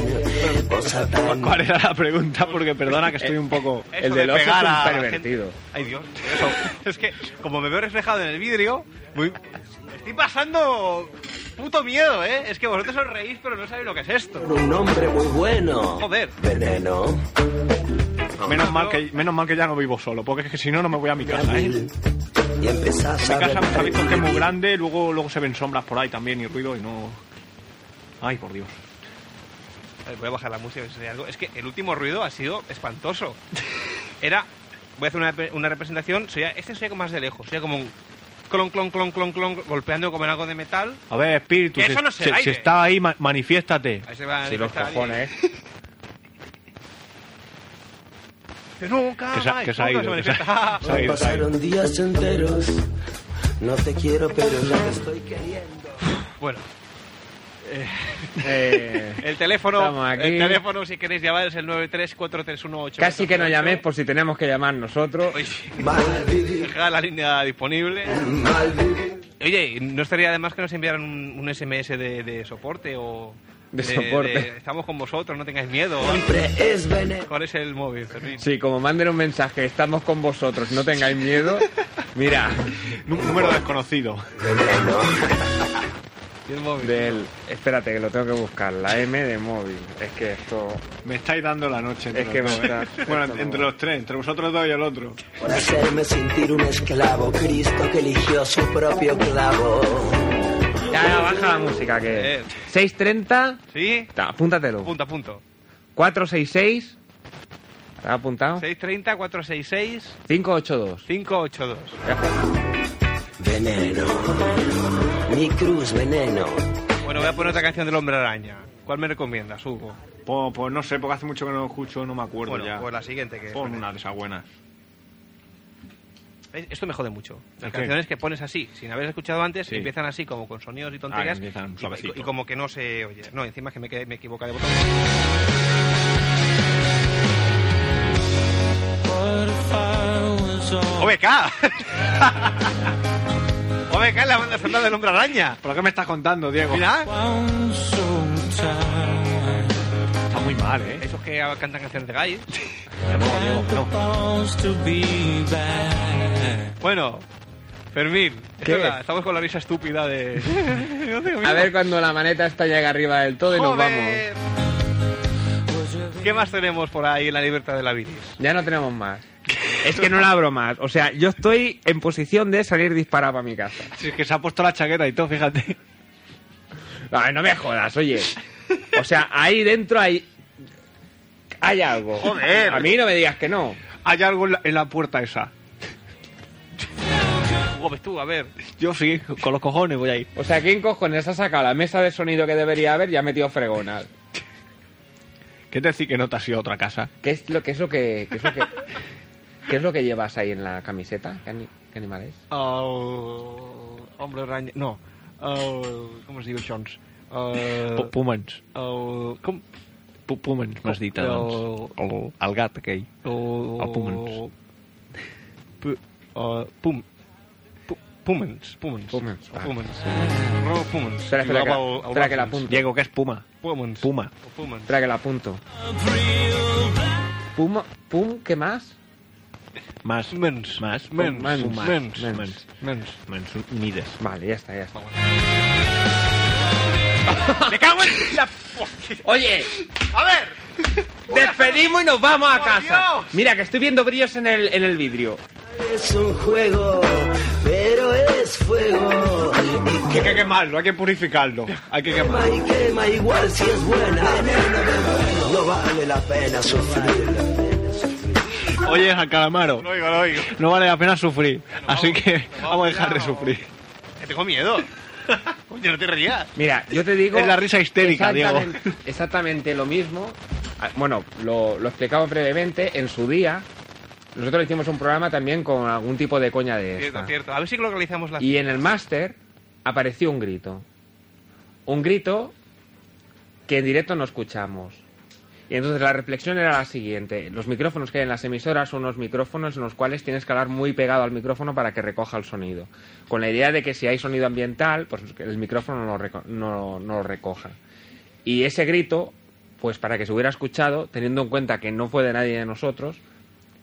S7: o Satán.
S4: ¿Cuál era la pregunta? Porque perdona que estoy un poco...
S2: Eso
S3: El
S2: de
S3: del oso es
S2: pegar
S3: un
S2: a la
S3: pervertido.
S2: gente. Ay Dios, eso. Es que como me veo reflejado en el vidrio, muy... estoy pasando puto miedo, ¿eh? Es que vosotros os reís, pero no sabéis lo que es esto.
S7: Un hombre muy bueno.
S2: Joder.
S7: Veneno.
S4: Menos mal, que, menos mal que ya no vivo solo, porque es que si no, no me voy a mi casa. ¿eh? Mi
S7: Y empezás a
S4: casa,
S7: ver
S4: sabéis, que es muy grande, luego, luego se ven sombras por ahí también y ruido y no... Ay, por Dios.
S2: A ver, Eh, voy a bajar la música. a ver si hay algo. Es que el último ruido ha sido espantoso. Era. Voy a hacer una, una representación. Sería, este sería como más de lejos. Sería como un clon, clon, clon, clon, clon, golpeando como en algo de metal.
S4: A ver, espíritu,
S2: Que
S4: si,
S2: eso no se
S4: si-
S2: aire.
S4: si está ahí, ma- manifiéstate.
S2: Ahí se va a
S3: Si los
S2: manifestar y-
S3: cojones.
S2: Que nunca.
S4: Que se ha-
S2: ay,
S4: que se ha
S2: nunca
S4: ido, que se ha-
S2: manifiesta.
S4: se ha ido, se ha ido.
S7: Pasaron días enteros. No te quiero, pero ya te estoy queriendo.
S2: Ah, Bueno,
S3: eh,
S2: el teléfono.
S3: Estamos aquí.
S2: El teléfono, si queréis llamar, es el 9343188.
S3: casi que nos llaméis por si tenemos que llamar nosotros.
S2: Oye,
S7: Mal vivir,
S2: dejad la línea disponible.
S7: mal vivir.
S2: Oye, ¿no estaría además que nos enviaran un, un SMS de, de soporte o...
S3: De soporte.
S2: estamos con vosotros, no tengáis miedo.
S7: Siempre es veneno.
S2: ¿Cuál es el móvil, Fermín?
S3: Sí, como manden un mensaje, estamos con vosotros, no tengáis miedo. Mira,
S4: Nú- Número desconocido.
S2: ¿Y el móvil?
S3: del. Espérate, que lo tengo que buscar. La M de móvil. Es que esto.
S4: Me estáis dando la noche. entre
S3: Es que
S4: los
S3: me
S4: dos,
S3: está-
S4: ¿eh? Bueno,
S3: esto no
S4: entre
S3: va.
S4: los tres, entre vosotros dos y el otro.
S7: Por hacerme sentir un esclavo, Cristo que eligió su propio clavo.
S3: Ya, ya, baja la música, que.
S2: Eh.
S3: 630.
S2: ¿Sí?
S3: Ta, apúntatelo.
S2: Punto a punto.
S3: 466. ¿Está apuntado?
S2: 630-466-582.
S3: 582. Ya está.
S7: Veneno. Mi cruz, veneno.
S2: Bueno, voy a poner otra canción del Hombre Araña. ¿Cuál me recomiendas, Hugo?
S4: Pues, pues no sé, porque hace mucho que no lo escucho, no me acuerdo
S2: Bueno,
S4: ya.
S2: pues la siguiente que...
S4: Pon una de esas buenas.
S2: ¿Ves? Eh, Esto me jode mucho. Las
S4: ¿El qué?
S2: canciones que pones así, sin haber escuchado antes,
S4: Sí.
S2: empiezan así como con sonidos y tonterías
S4: Ah, empiezan
S2: y-
S4: suavecito.
S2: y, y como que no se oye. No, encima que me, quedé- me equivoqué de botón. ¡OBK! ¡OBK es la banda sonora del Hombre Araña!
S4: ¿Pero qué me estás contando, Diego?
S2: Mira,
S4: Está muy mal, ¿eh?
S2: esos que cantan canciones de Guy. Bueno, Fermín, esto
S3: ¿Qué?
S2: es la- estamos con la risa estúpida de... No tengo
S3: A
S2: miedo.
S3: ver cuando la maneta esta llega arriba del todo y nos vamos.
S2: Joder. ¿Qué más tenemos por ahí en la libertad de la viris?
S3: Ya no tenemos más. Es que no la abro más. O sea, yo estoy en posición de salir disparado para mi casa.
S4: Si es que se ha puesto la chaqueta y todo, fíjate.
S3: Ay, no me jodas, oye. O sea, ahí dentro hay. Hay algo.
S2: Joder.
S3: A mí no me digas que no.
S4: Hay algo en la, en la puerta esa.
S2: Gómez, tú, a ver.
S4: Yo sí, con los cojones voy ahí.
S3: O sea, ¿quién cojones ha sacado la mesa de sonido que debería haber y ha metido fregonas?
S4: ¿Qué te decir que no te has ido a otra casa?
S3: ¿Qué es lo, qué es lo que. Qué es lo que, qué es lo que llevas ahí en la camiseta? ¿Qué, ani- qué animal es?
S2: Oh, hombre araña. No. Oh, ¿Cómo se diu això?
S4: P-
S2: Oh,
S4: Pumans.
S2: oh, com?
S4: P- Pumans, m'has dit
S2: Oh.
S4: abans. El, el gat aquell.
S2: Oh,
S4: El Pumans.
S2: P oh, pum. Pu- Pumans, Pumans.
S3: Pumans,
S2: El
S3: va.
S2: Pumans. Raúl Pumans.
S3: Espera, espera, que,
S2: Jugava al-
S3: la-
S2: al
S3: espera que la
S2: Dolphins.
S3: apunto.
S4: Diego, que es puma.
S2: Pumans.
S4: Puma.
S2: El Pumans.
S3: Espera que la apunto. Pum, pum, ¿qué más?
S4: Más.
S2: Mens.
S4: Más.
S2: Mens.
S4: Pumans.
S2: Mens.
S4: Mans.
S3: Mens.
S2: Mens.
S4: Mans. Mides.
S3: Vale, ya está, ya está.
S2: ¡Me cago en la...
S3: Oye,
S2: A ver.
S3: despedimos y nos vamos a
S2: ¡Por
S3: casa.
S2: Dios!
S3: Mira, que estoy viendo brillos en el, en el vidrio.
S7: Es un juego, pero es fuego. Y
S4: Hay que quemarlo, hay que purificarlo. Hay que quemarlo.
S7: quema y quema igual si es buena. No vale la pena sufrir.
S4: Oye, a Calamaro,
S2: Lo oigo, lo oigo.
S4: no vale la pena sufrir. Así que
S2: vamos,
S4: vamos a dejar de
S2: cuidado.
S4: sufrir.
S2: Que tengo miedo. Oye, no te rías.
S3: Mira, yo te digo.
S4: Es la risa histérica, Diego.
S3: exactamente, Exactamente lo mismo. Ah, Bueno, lo, lo explicamos brevemente. En su día, Nosotros hicimos un programa también con algún tipo de coña de
S2: Cierto,
S3: esta.
S2: cierto. A ver si localizamos la.
S3: Y en el máster apareció un grito. Un grito que en directo no escuchamos. Y entonces la reflexión era la siguiente. Los micrófonos que hay en las emisoras son unos micrófonos en los cuales tienes que hablar muy pegado al micrófono para que recoja el sonido. Con la idea de que si hay sonido ambiental, pues el micrófono no, lo reco- no- no lo recoja. Y ese grito, pues para que se hubiera escuchado, teniendo en cuenta que no fue de nadie de nosotros,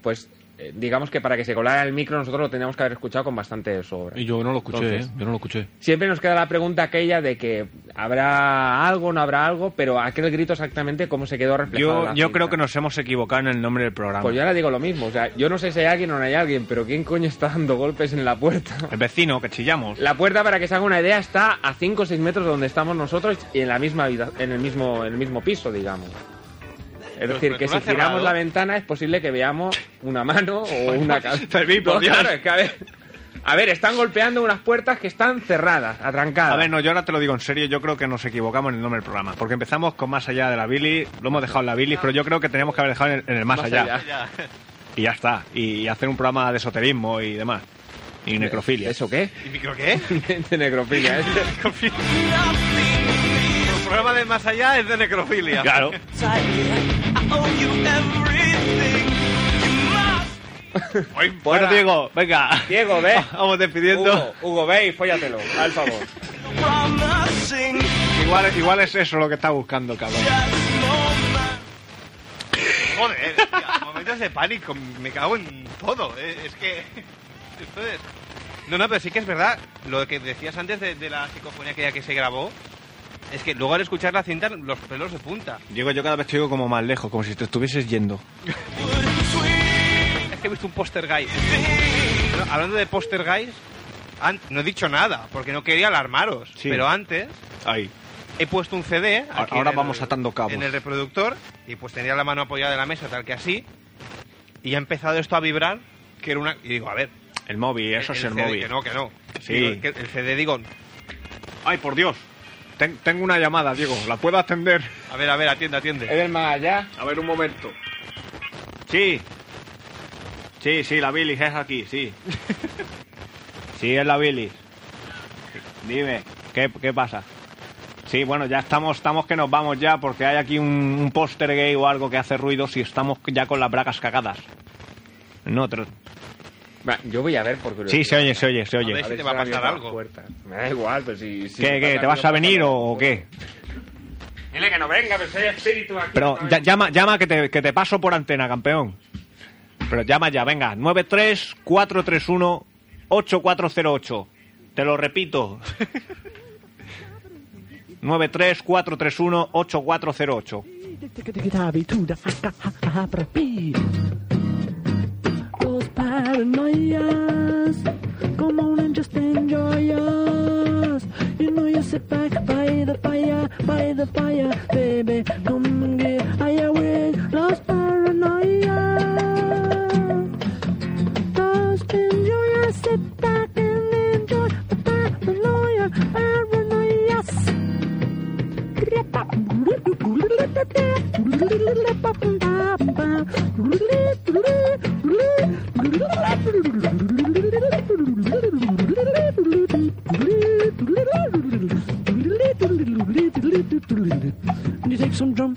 S3: pues eh, digamos que para que se colara el micro nosotros lo teníamos que haber escuchado con bastante sobra.
S10: Y yo no lo escuché,
S3: Entonces,
S10: ¿eh? Yo no lo escuché.
S3: Siempre nos queda la pregunta aquella de que habrá algo, no habrá algo, pero aquel grito exactamente cómo se quedó reflejado. en
S4: Yo,
S3: la
S4: yo
S3: cinta.
S4: creo que nos hemos equivocado en el nombre del programa.
S3: Pues yo ahora digo lo mismo, o sea, yo no sé si hay alguien o no hay alguien, pero ¿quién coño está dando golpes en la puerta?
S4: El vecino, que chillamos.
S3: La puerta, para que se haga una idea, está a 5 o 6 metros de donde estamos nosotros y en, la misma habita- en, el, mismo, en el mismo piso, digamos. Es decir,
S4: pues
S3: que
S2: pero
S3: si
S2: no ha
S3: giramos
S2: cerrado.
S3: la ventana es posible que veamos una mano o una cabeza.
S4: Fermín, por Dios.
S3: Claro, es que a ver, a ver, están golpeando unas puertas que están cerradas, atrancadas.
S4: A ver, no, yo ahora te lo digo en serio, yo creo que nos equivocamos en el nombre del programa. Porque empezamos con Más Allá de la Billy, lo hemos dejado en la Billy, pero yo creo que teníamos que haber dejado en el, en el más, allá.
S2: Ya.
S4: Y ya está. Y hacer un programa de esoterismo y demás. Y necrofilia.
S3: ¿Eso qué?
S2: ¿Y micro qué?
S3: De necrofilia, ¿eh?
S2: El programa de Más Allá es de necrofilia.
S4: Claro. Bueno, Diego, venga.
S3: Diego, ve.
S4: Vamos despidiendo.
S3: Hugo, Hugo, ve y fóllatelo, al favor.
S4: Igual, igual es eso lo que está buscando, cabrón.
S2: Joder, hostia, momentos de pánico, me cago en todo. eh, Es que. esto es- No, no, pero sí que es verdad. Lo que decías antes de, de la psicofonía aquella que se grabó, es que luego al escuchar la cinta, los pelos de punta.
S4: Diego, yo cada vez te digo como más lejos, como si te estuvieses yendo.
S2: Es que he visto un poster guy. Pero hablando de poster guys, an- no he dicho nada, porque no quería alarmaros.
S4: Sí.
S2: Pero antes
S4: Ahí.
S2: he puesto un CD.
S4: A-
S2: aquí
S4: ahora
S2: en
S4: vamos atando cabos.
S2: En el reproductor, y pues tenía la mano apoyada en la mesa, tal que así. Y ha empezado esto a vibrar, que era una. Y digo, a ver.
S4: El móvil, eso es el
S2: CD,
S4: móvil.
S2: Que no, que no.
S4: Sí.
S2: Digo, que el CD, digo,
S4: Ay, por Dios. Ten- tengo una llamada, Diego. ¿La puedo atender?
S2: a ver, a ver, atiende, atiende.
S3: Es del más allá.
S4: A ver, un momento. Sí. Sí, sí, la Billy es aquí, sí. sí, es la Billy. Dime, ¿qué, qué pasa? Sí, bueno, ya estamos, estamos que nos vamos ya porque hay aquí un, un póster gay o algo que hace ruido si estamos ya con las bragas cagadas. No, te lo-
S3: Va, Yo voy a ver por curiosidad.
S4: sí, se oye, se oye, se oye.
S2: A ver si te va a
S3: abren
S2: pasar
S3: las
S2: algo.
S3: puertas. Me da igual, pero si... si
S4: ¿Qué,
S3: me
S4: qué?
S3: pasa
S4: ¿Te vas
S3: algo,
S4: a venir
S3: pasa
S4: o,
S3: algo.
S4: o qué?
S3: Dile que no venga, pero si hay espíritu aquí.
S4: Pero
S3: ¿sabes?
S4: ya- llama, llama que te, que te paso por antena, campeón. Pero llama ya, venga, 93431-8408. Te lo repito. 93431-8408.
S9: Los paranoias, come on and just enjoy us. You know you sit back by the fire, by the fire, baby. Come and get high away, los paranoias. Just enjoy us, sit back and enjoy the paranoia, paranoias. And you take some drum.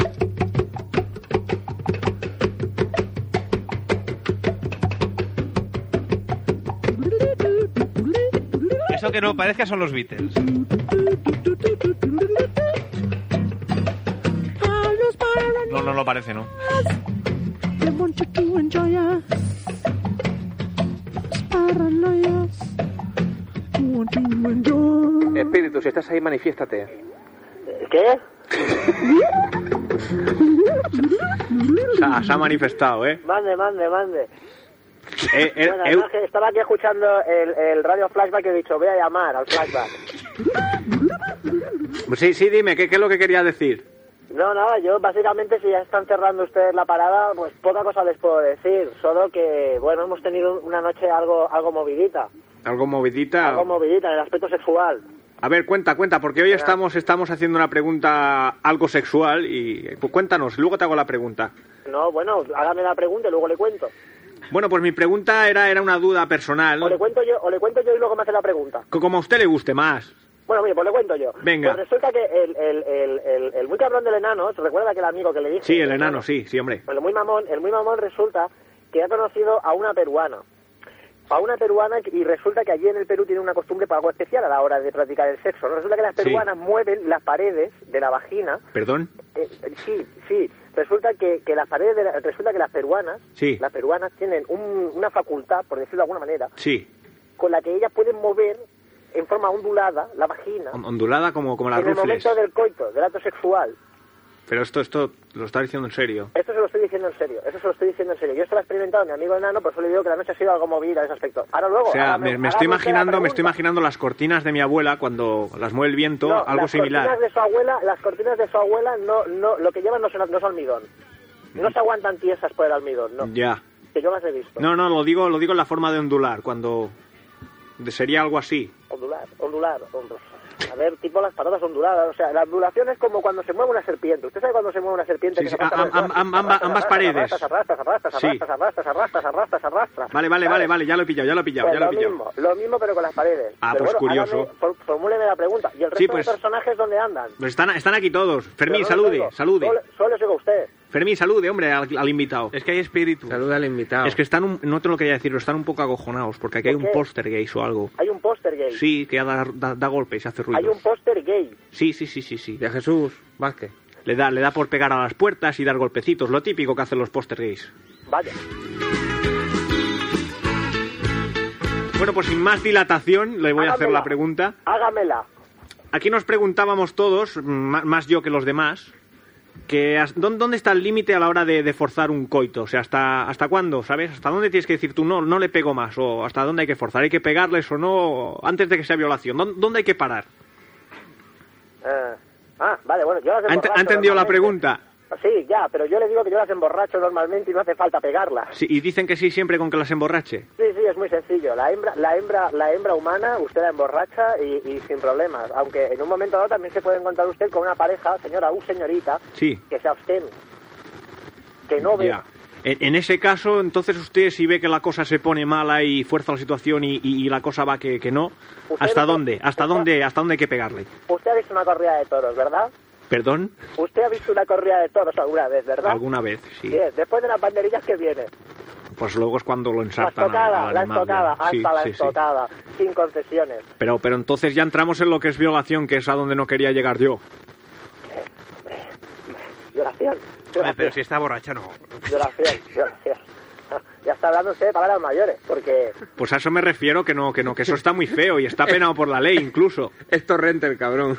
S2: Eso que no parezca son los Beatles.
S4: No, no lo parece, ¿no?
S9: I want you to enjoy us. Paranoias. Want to enjoy.
S2: Espíritu, si estás ahí, manifiéstate.
S4: se ha manifestado, ¿eh?
S11: Mande, mande, mande.
S4: Eh, eh,
S11: Bueno,
S4: eh,
S11: además que estaba aquí escuchando el, el radio flashback y he dicho, voy a llamar al flashback.
S4: sí, sí, dime, ¿qué, qué es lo que quería decir?
S11: No, nada, yo básicamente si ya están cerrando ustedes la parada, pues poca cosa les puedo decir. Solo que, bueno, hemos tenido una noche algo algo movidita.
S4: Algo movidita.
S11: Algo movidita en el aspecto sexual.
S4: A ver, cuenta, cuenta, porque hoy estamos, estamos haciendo una pregunta algo sexual y pues cuéntanos, luego te hago la pregunta.
S11: No, bueno, hágame la pregunta y luego le cuento.
S4: Bueno, pues mi pregunta era, era una duda personal.
S11: O le cuento yo, o le cuento yo y luego me hace la pregunta.
S4: Co- Como a usted le guste más.
S11: Bueno, mire, pues le cuento yo.
S4: Venga.
S11: Pues resulta que el, el, el, el, el muy cabrón del enano, ¿se recuerda aquel amigo que le dije?
S4: Sí, el enano, sí, sí, hombre.
S11: Pues el muy mamón, el muy mamón resulta que ha conocido a una peruana. A una peruana y resulta que allí en el Perú tienen una costumbre para algo especial a la hora de practicar el sexo. ¿no? Resulta que las
S4: Sí.
S11: peruanas mueven las paredes de la vagina.
S4: ¿Perdón?
S11: eh, eh, sí, sí. Resulta que, que las paredes de la- resulta que las peruanas,
S4: Sí.
S11: las peruanas tienen un- una facultad, por decirlo de alguna manera,
S4: Sí.
S11: con la que ellas pueden mover en forma ondulada la vagina
S4: on- Ondulada como, como las
S11: en el
S4: rufles.
S11: momento del coito, del acto sexual.
S4: Pero esto, esto lo está diciendo en serio.
S11: Esto se lo estoy diciendo en serio, eso se lo estoy diciendo en serio. Yo esto lo he experimentado mi amigo enano, por eso le digo que la noche ha sido algo movida en ese aspecto. Ahora luego...
S4: O sea,
S11: hágame-
S4: me,
S11: hágame
S4: me estoy
S11: usted la
S4: imaginando, me estoy
S11: pregunta.
S4: imaginando las cortinas de mi abuela cuando las mueve el viento,
S11: No,
S4: algo
S11: las
S4: similar.
S11: Cortinas de su abuela, las cortinas de su abuela, no, no, lo que llevan no, son, no es almidón. No se aguantan tiesas por el almidón, no.
S4: Ya.
S11: Que yo las he visto.
S4: No, no, lo digo, lo digo en la forma de ondular, cuando de- sería algo así.
S11: Ondular, ondular, ondular. A ver, tipo las patatas onduladas. O sea, la ondulación es como cuando se mueve una serpiente. ¿Usted sabe cuando se mueve una serpiente?
S4: Sí,
S11: que se
S4: sí,
S11: arrastra
S4: a-
S11: por el
S4: am-
S11: brazo?
S4: am- amba-
S11: Arrastra,
S4: ambas
S11: arrastra,
S4: paredes.
S11: Arrastras, arrastras, arrastras,
S4: Sí.
S11: arrastras, arrastras, arrastras, arrastras, arrastras.
S4: Vale, vale,
S11: ¿Sabe?
S4: vale, vale, ya lo he pillado, ya lo he pillado,
S11: Pues
S4: ya lo he
S11: lo
S4: pillado.
S11: mismo, lo mismo pero con las paredes.
S4: Ah,
S11: Pero
S4: pues
S11: bueno,
S4: curioso.
S11: hágame- for- formúleme la pregunta. ¿Y el resto
S4: Sí, pues.
S11: de personajes dónde andan?
S4: Pues están, están aquí todos. Fermín,
S11: Pero no los
S4: salude,
S11: oigo.
S4: salude.
S11: Solo, solo os oigo a usted.
S4: Fermín, salude, hombre, al, al invitado.
S2: Es que hay espíritu.
S3: Saluda al invitado.
S4: Es que están, un- no te lo quería decir, pero están un poco agojonados, porque aquí hay
S11: ¿Por
S4: un
S11: qué?
S4: póster que hizo algo.
S11: Hay un póster gay.
S4: Sí, pues. que da, da, da golpes y hace ruido.
S11: Hay un póster gay.
S4: Sí, sí, sí, sí, sí.
S3: De Jesús Vázquez.
S4: Le da, le da por pegar a las puertas y dar golpecitos, lo típico que hacen los póster gays.
S11: Vaya.
S4: Bueno, pues sin más dilatación, le voy a hacer
S11: Hágamela.
S4: la pregunta.
S11: Hágamela.
S4: Aquí nos preguntábamos todos, m- más yo que los demás, que as- ¿dó- ¿dónde está el límite a la hora de, de forzar un coito? O sea, ¿hasta, ¿hasta cuándo? ¿Sabes? ¿Hasta dónde tienes que decir tú no, no le pego más? ¿O hasta dónde hay que forzar? ¿Hay que pegarles o no antes de que sea violación? ¿Dó- ¿Dónde hay que parar?
S11: Eh, ah, vale, bueno, yo las
S4: ¿Ha, ent-
S11: emborracho
S4: ha entendido la
S11: normalmente.
S4: pregunta?
S11: Sí, ya, pero yo le digo que yo las emborracho normalmente y no hace falta pegarlas.
S4: Sí, y dicen que sí siempre con que las emborrache.
S11: Sí, sí, es muy sencillo. La hembra, la hembra, la hembra humana, usted la emborracha y, y sin problemas. Aunque en un momento dado también se puede encontrar usted con una pareja, señora u señorita,
S4: Sí.
S11: que se abstén, que no ve.
S4: Ya. En, en ese caso, entonces usted si ve que la cosa se pone mala y fuerza la situación y, y- y la cosa va que, que no,
S11: Usted
S4: ¿hasta
S11: no-
S4: dónde? ¿Hasta
S11: usted-
S4: dónde? ¿Hasta dónde hay que pegarle?
S11: Usted ha visto una corrida de toros, ¿verdad?
S4: ¿Perdón?
S11: Usted ha visto una corrida de toros alguna vez, ¿verdad?
S4: ¿Alguna vez? Sí.
S11: Bien, después de las banderillas que viene.
S4: Pues luego es cuando lo
S11: La
S4: ensartan. al-
S11: estocada,
S4: al
S11: la
S4: animal,
S11: estocada,
S4: ya.
S11: hasta
S4: Sí,
S11: la
S4: sí, sí.
S11: estocada, sin concesiones.
S4: Pero, pero entonces ya entramos en lo que es violación, que es a donde no quería llegar yo.
S11: Violación.
S2: Hombre, pero
S11: violación.
S2: si está borracha, no.
S11: Violación, violación. Ya está hablando usted de palabras mayores, porque
S4: Pues a eso me refiero, que no, que no, que eso está muy feo y está penado por la ley incluso.
S3: Es torrente el cabrón.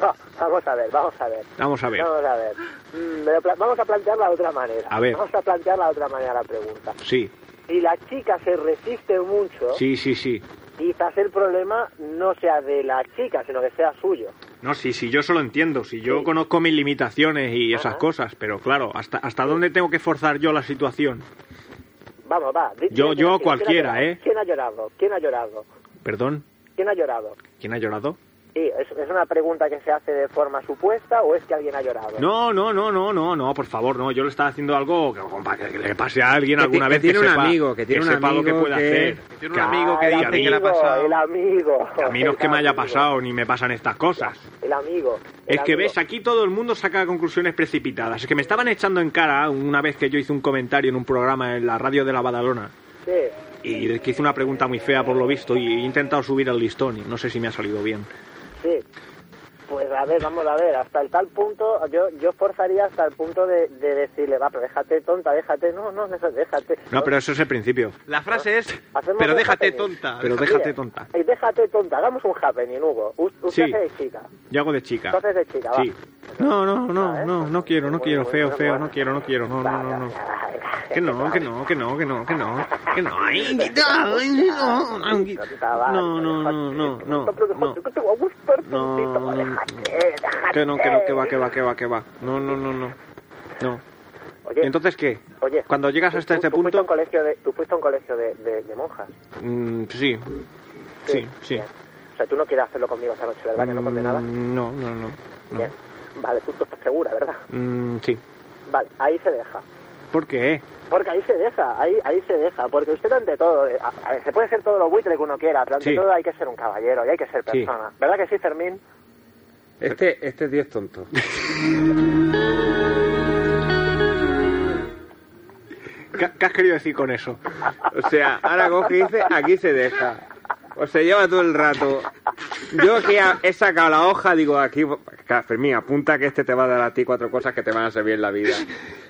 S11: no, vamos a ver, vamos a ver.
S4: Vamos a ver.
S11: Vamos a ver. Mm, pero pla- vamos a plantearla de otra manera.
S4: A ver.
S11: Vamos a plantearla de otra manera la pregunta.
S4: Sí,
S11: Si la chica se resiste mucho,
S4: sí, sí, sí.
S11: quizás el problema no sea de la chica, sino que sea suyo.
S4: No, sí, sí, yo eso lo entiendo. Si yo
S11: Sí.
S4: conozco mis limitaciones y esas
S11: Ajá.
S4: cosas, pero claro, ¿hasta, hasta dónde tengo que forzar yo la situación?
S11: Vamos, va. di-
S4: Yo-
S11: di-
S4: yo
S11: ¿quién ha
S4: cualquiera,
S11: llorado?
S4: ¿eh?
S11: ¿Quién ha llorado? ¿Quién ha llorado?
S4: Perdón,
S11: ¿Quién ha llorado?
S4: ¿quién ha llorado?
S11: Sí, es, es una pregunta que se hace de forma supuesta o es que alguien ha llorado.
S4: No, no, no, no, no, no, por favor, no. Yo le estaba haciendo algo que, compa, que le pase a alguien
S3: Que ti-
S4: alguna
S3: que
S4: vez
S3: tiene un
S4: sepa-
S3: amigo, que tiene un
S4: sepa lo que
S3: amigo
S4: puede
S3: que-
S4: hacer.
S2: Que tiene un amigo que
S11: Ah, el
S2: dice que le ha
S11: amigo,
S2: pasado.
S11: El amigo.
S4: Que a mí no es que me haya
S11: El amigo,
S4: pasado ni me pasan estas cosas.
S11: El amigo. el
S4: Es que
S11: amigo.
S4: ves, aquí todo el mundo saca conclusiones precipitadas. Es que me estaban echando en cara una vez que yo hice un comentario en un programa en la radio de la Badalona
S11: Sí.
S4: y que hice una pregunta muy fea por lo visto y he intentado subir el listón y no sé si me ha salido bien.
S11: Sí. Pues a ver, vamos a ver, hasta el tal punto, yo yo forzaría hasta el punto de, de decirle, va, pero déjate tonta, déjate, no, no, no, déjate.
S4: No, pero eso es el principio.
S2: La frase es,
S11: Hacemos
S2: pero
S11: un
S2: déjate
S11: happening.
S2: tonta.
S4: Pero
S2: déjate-
S4: déjate tonta.
S11: Ey, déjate tonta, hagamos un happening, Hugo. U- Usted
S4: Sí.
S11: hace de chica.
S4: Yo hago de chica.
S11: Entonces de chica, va.
S4: Sí. No, no,
S11: Ah,
S4: no,
S11: ¿eh?
S4: no, no quiero, no
S11: Muy,
S4: quiero,
S11: muy,
S4: feo,
S11: muy
S4: feo,
S11: bueno.
S4: no quiero, no quiero, no, no, no, no. Que no, que no, que no, que no, que no, que no. Ay, no, ay, no, ay, no, no, no, no, no, no. No, Que no, que no, que va, que va, que va, que va. No, no, no, no. No.
S11: Oye,
S4: ¿Y entonces qué?
S11: oye,
S4: Cuando llegas
S11: tú-
S4: hasta
S11: tú-
S4: este
S11: tú fuiste a un
S4: punto,
S11: colegio de- tú fuiste a un colegio de, de- de monjas.
S4: mm, sí, sí, sí.
S11: Bien. O sea, tú no quieres hacerlo conmigo esta noche, ¿verdad? Que no conté nada.
S4: Mm, No, no, no. no.
S11: Bien. Vale, tú, tú estás segura, ¿verdad?
S4: Mm, Sí.
S11: Vale, ahí se deja.
S4: ¿Por qué?
S11: Porque ahí se deja, ahí, ahí se deja. Porque usted ante todo, eh, a- a ver, se puede ser todo lo buitre que uno quiera, pero ante
S3: Sí.
S11: todo hay que ser un caballero y hay que ser
S3: Sí.
S11: persona. ¿Verdad que sí, Fermín?
S3: Este, este tío es tonto.
S4: ¿Qué, qué has querido decir con eso?
S3: O sea, ahora coge y dice, aquí se deja. O se lleva todo el rato. Yo que ha- he sacado la hoja, digo, aquí, claro, Fermín, apunta que este te va a dar a ti cuatro cosas que te van a servir en la vida.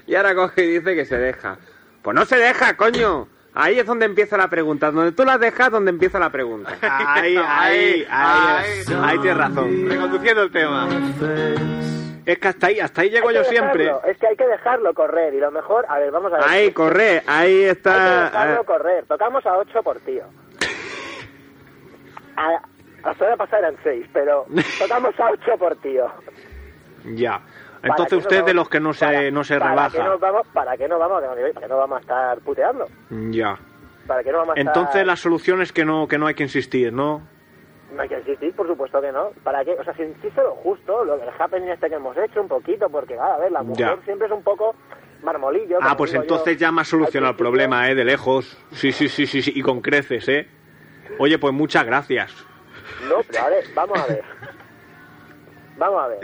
S3: Y ahora coge y dice que se deja. Pues no se deja, coño. Ahí es donde empieza la pregunta. Donde tú la dejas, donde empieza la pregunta.
S4: Ahí, ahí, ahí, ahí, tienes razón. Reconduciendo el tema. Es que hasta ahí, hasta ahí llego
S11: Hay que
S4: yo siempre.
S11: dejarlo, Es que hay que dejarlo correr y lo mejor, a ver, vamos a ver.
S3: Ahí, corre, ahí
S11: Hay que
S3: está.
S4: ah. eh,
S11: dejarlo correr. Tocamos a 8 por tío. A, la semana pasada eran 6, pero tocamos a 8 por tío.
S4: Ya.
S11: Para que
S4: Entonces
S11: no
S4: usted es de
S11: vamos-
S4: los que no se, no se
S11: ¿Para qué
S4: relaja.
S11: nos vamos, para qué nos vamos, para qué nos vamos a estar puteando?
S4: Ya.
S11: ¿Para qué nos vamos a estar-
S4: Entonces la solución es que no, que no hay que insistir, ¿no?
S11: No hay que insistir, por supuesto que no. ¿Para qué? O sea, si insisto lo justo, lo del happening este que hemos hecho un poquito, porque, va, a ver, la mujer
S4: Ya.
S11: siempre es un poco marmolillo.
S4: Ah,
S11: como
S4: pues
S11: digo
S4: entonces
S11: yo.
S4: ya más solucionado el problema, ¿eh? De lejos. Sí, sí, sí, sí, sí, y con creces, ¿eh? Oye, pues muchas gracias. ¿eh?
S11: No, pero a ver, vamos a ver. Vamos a ver.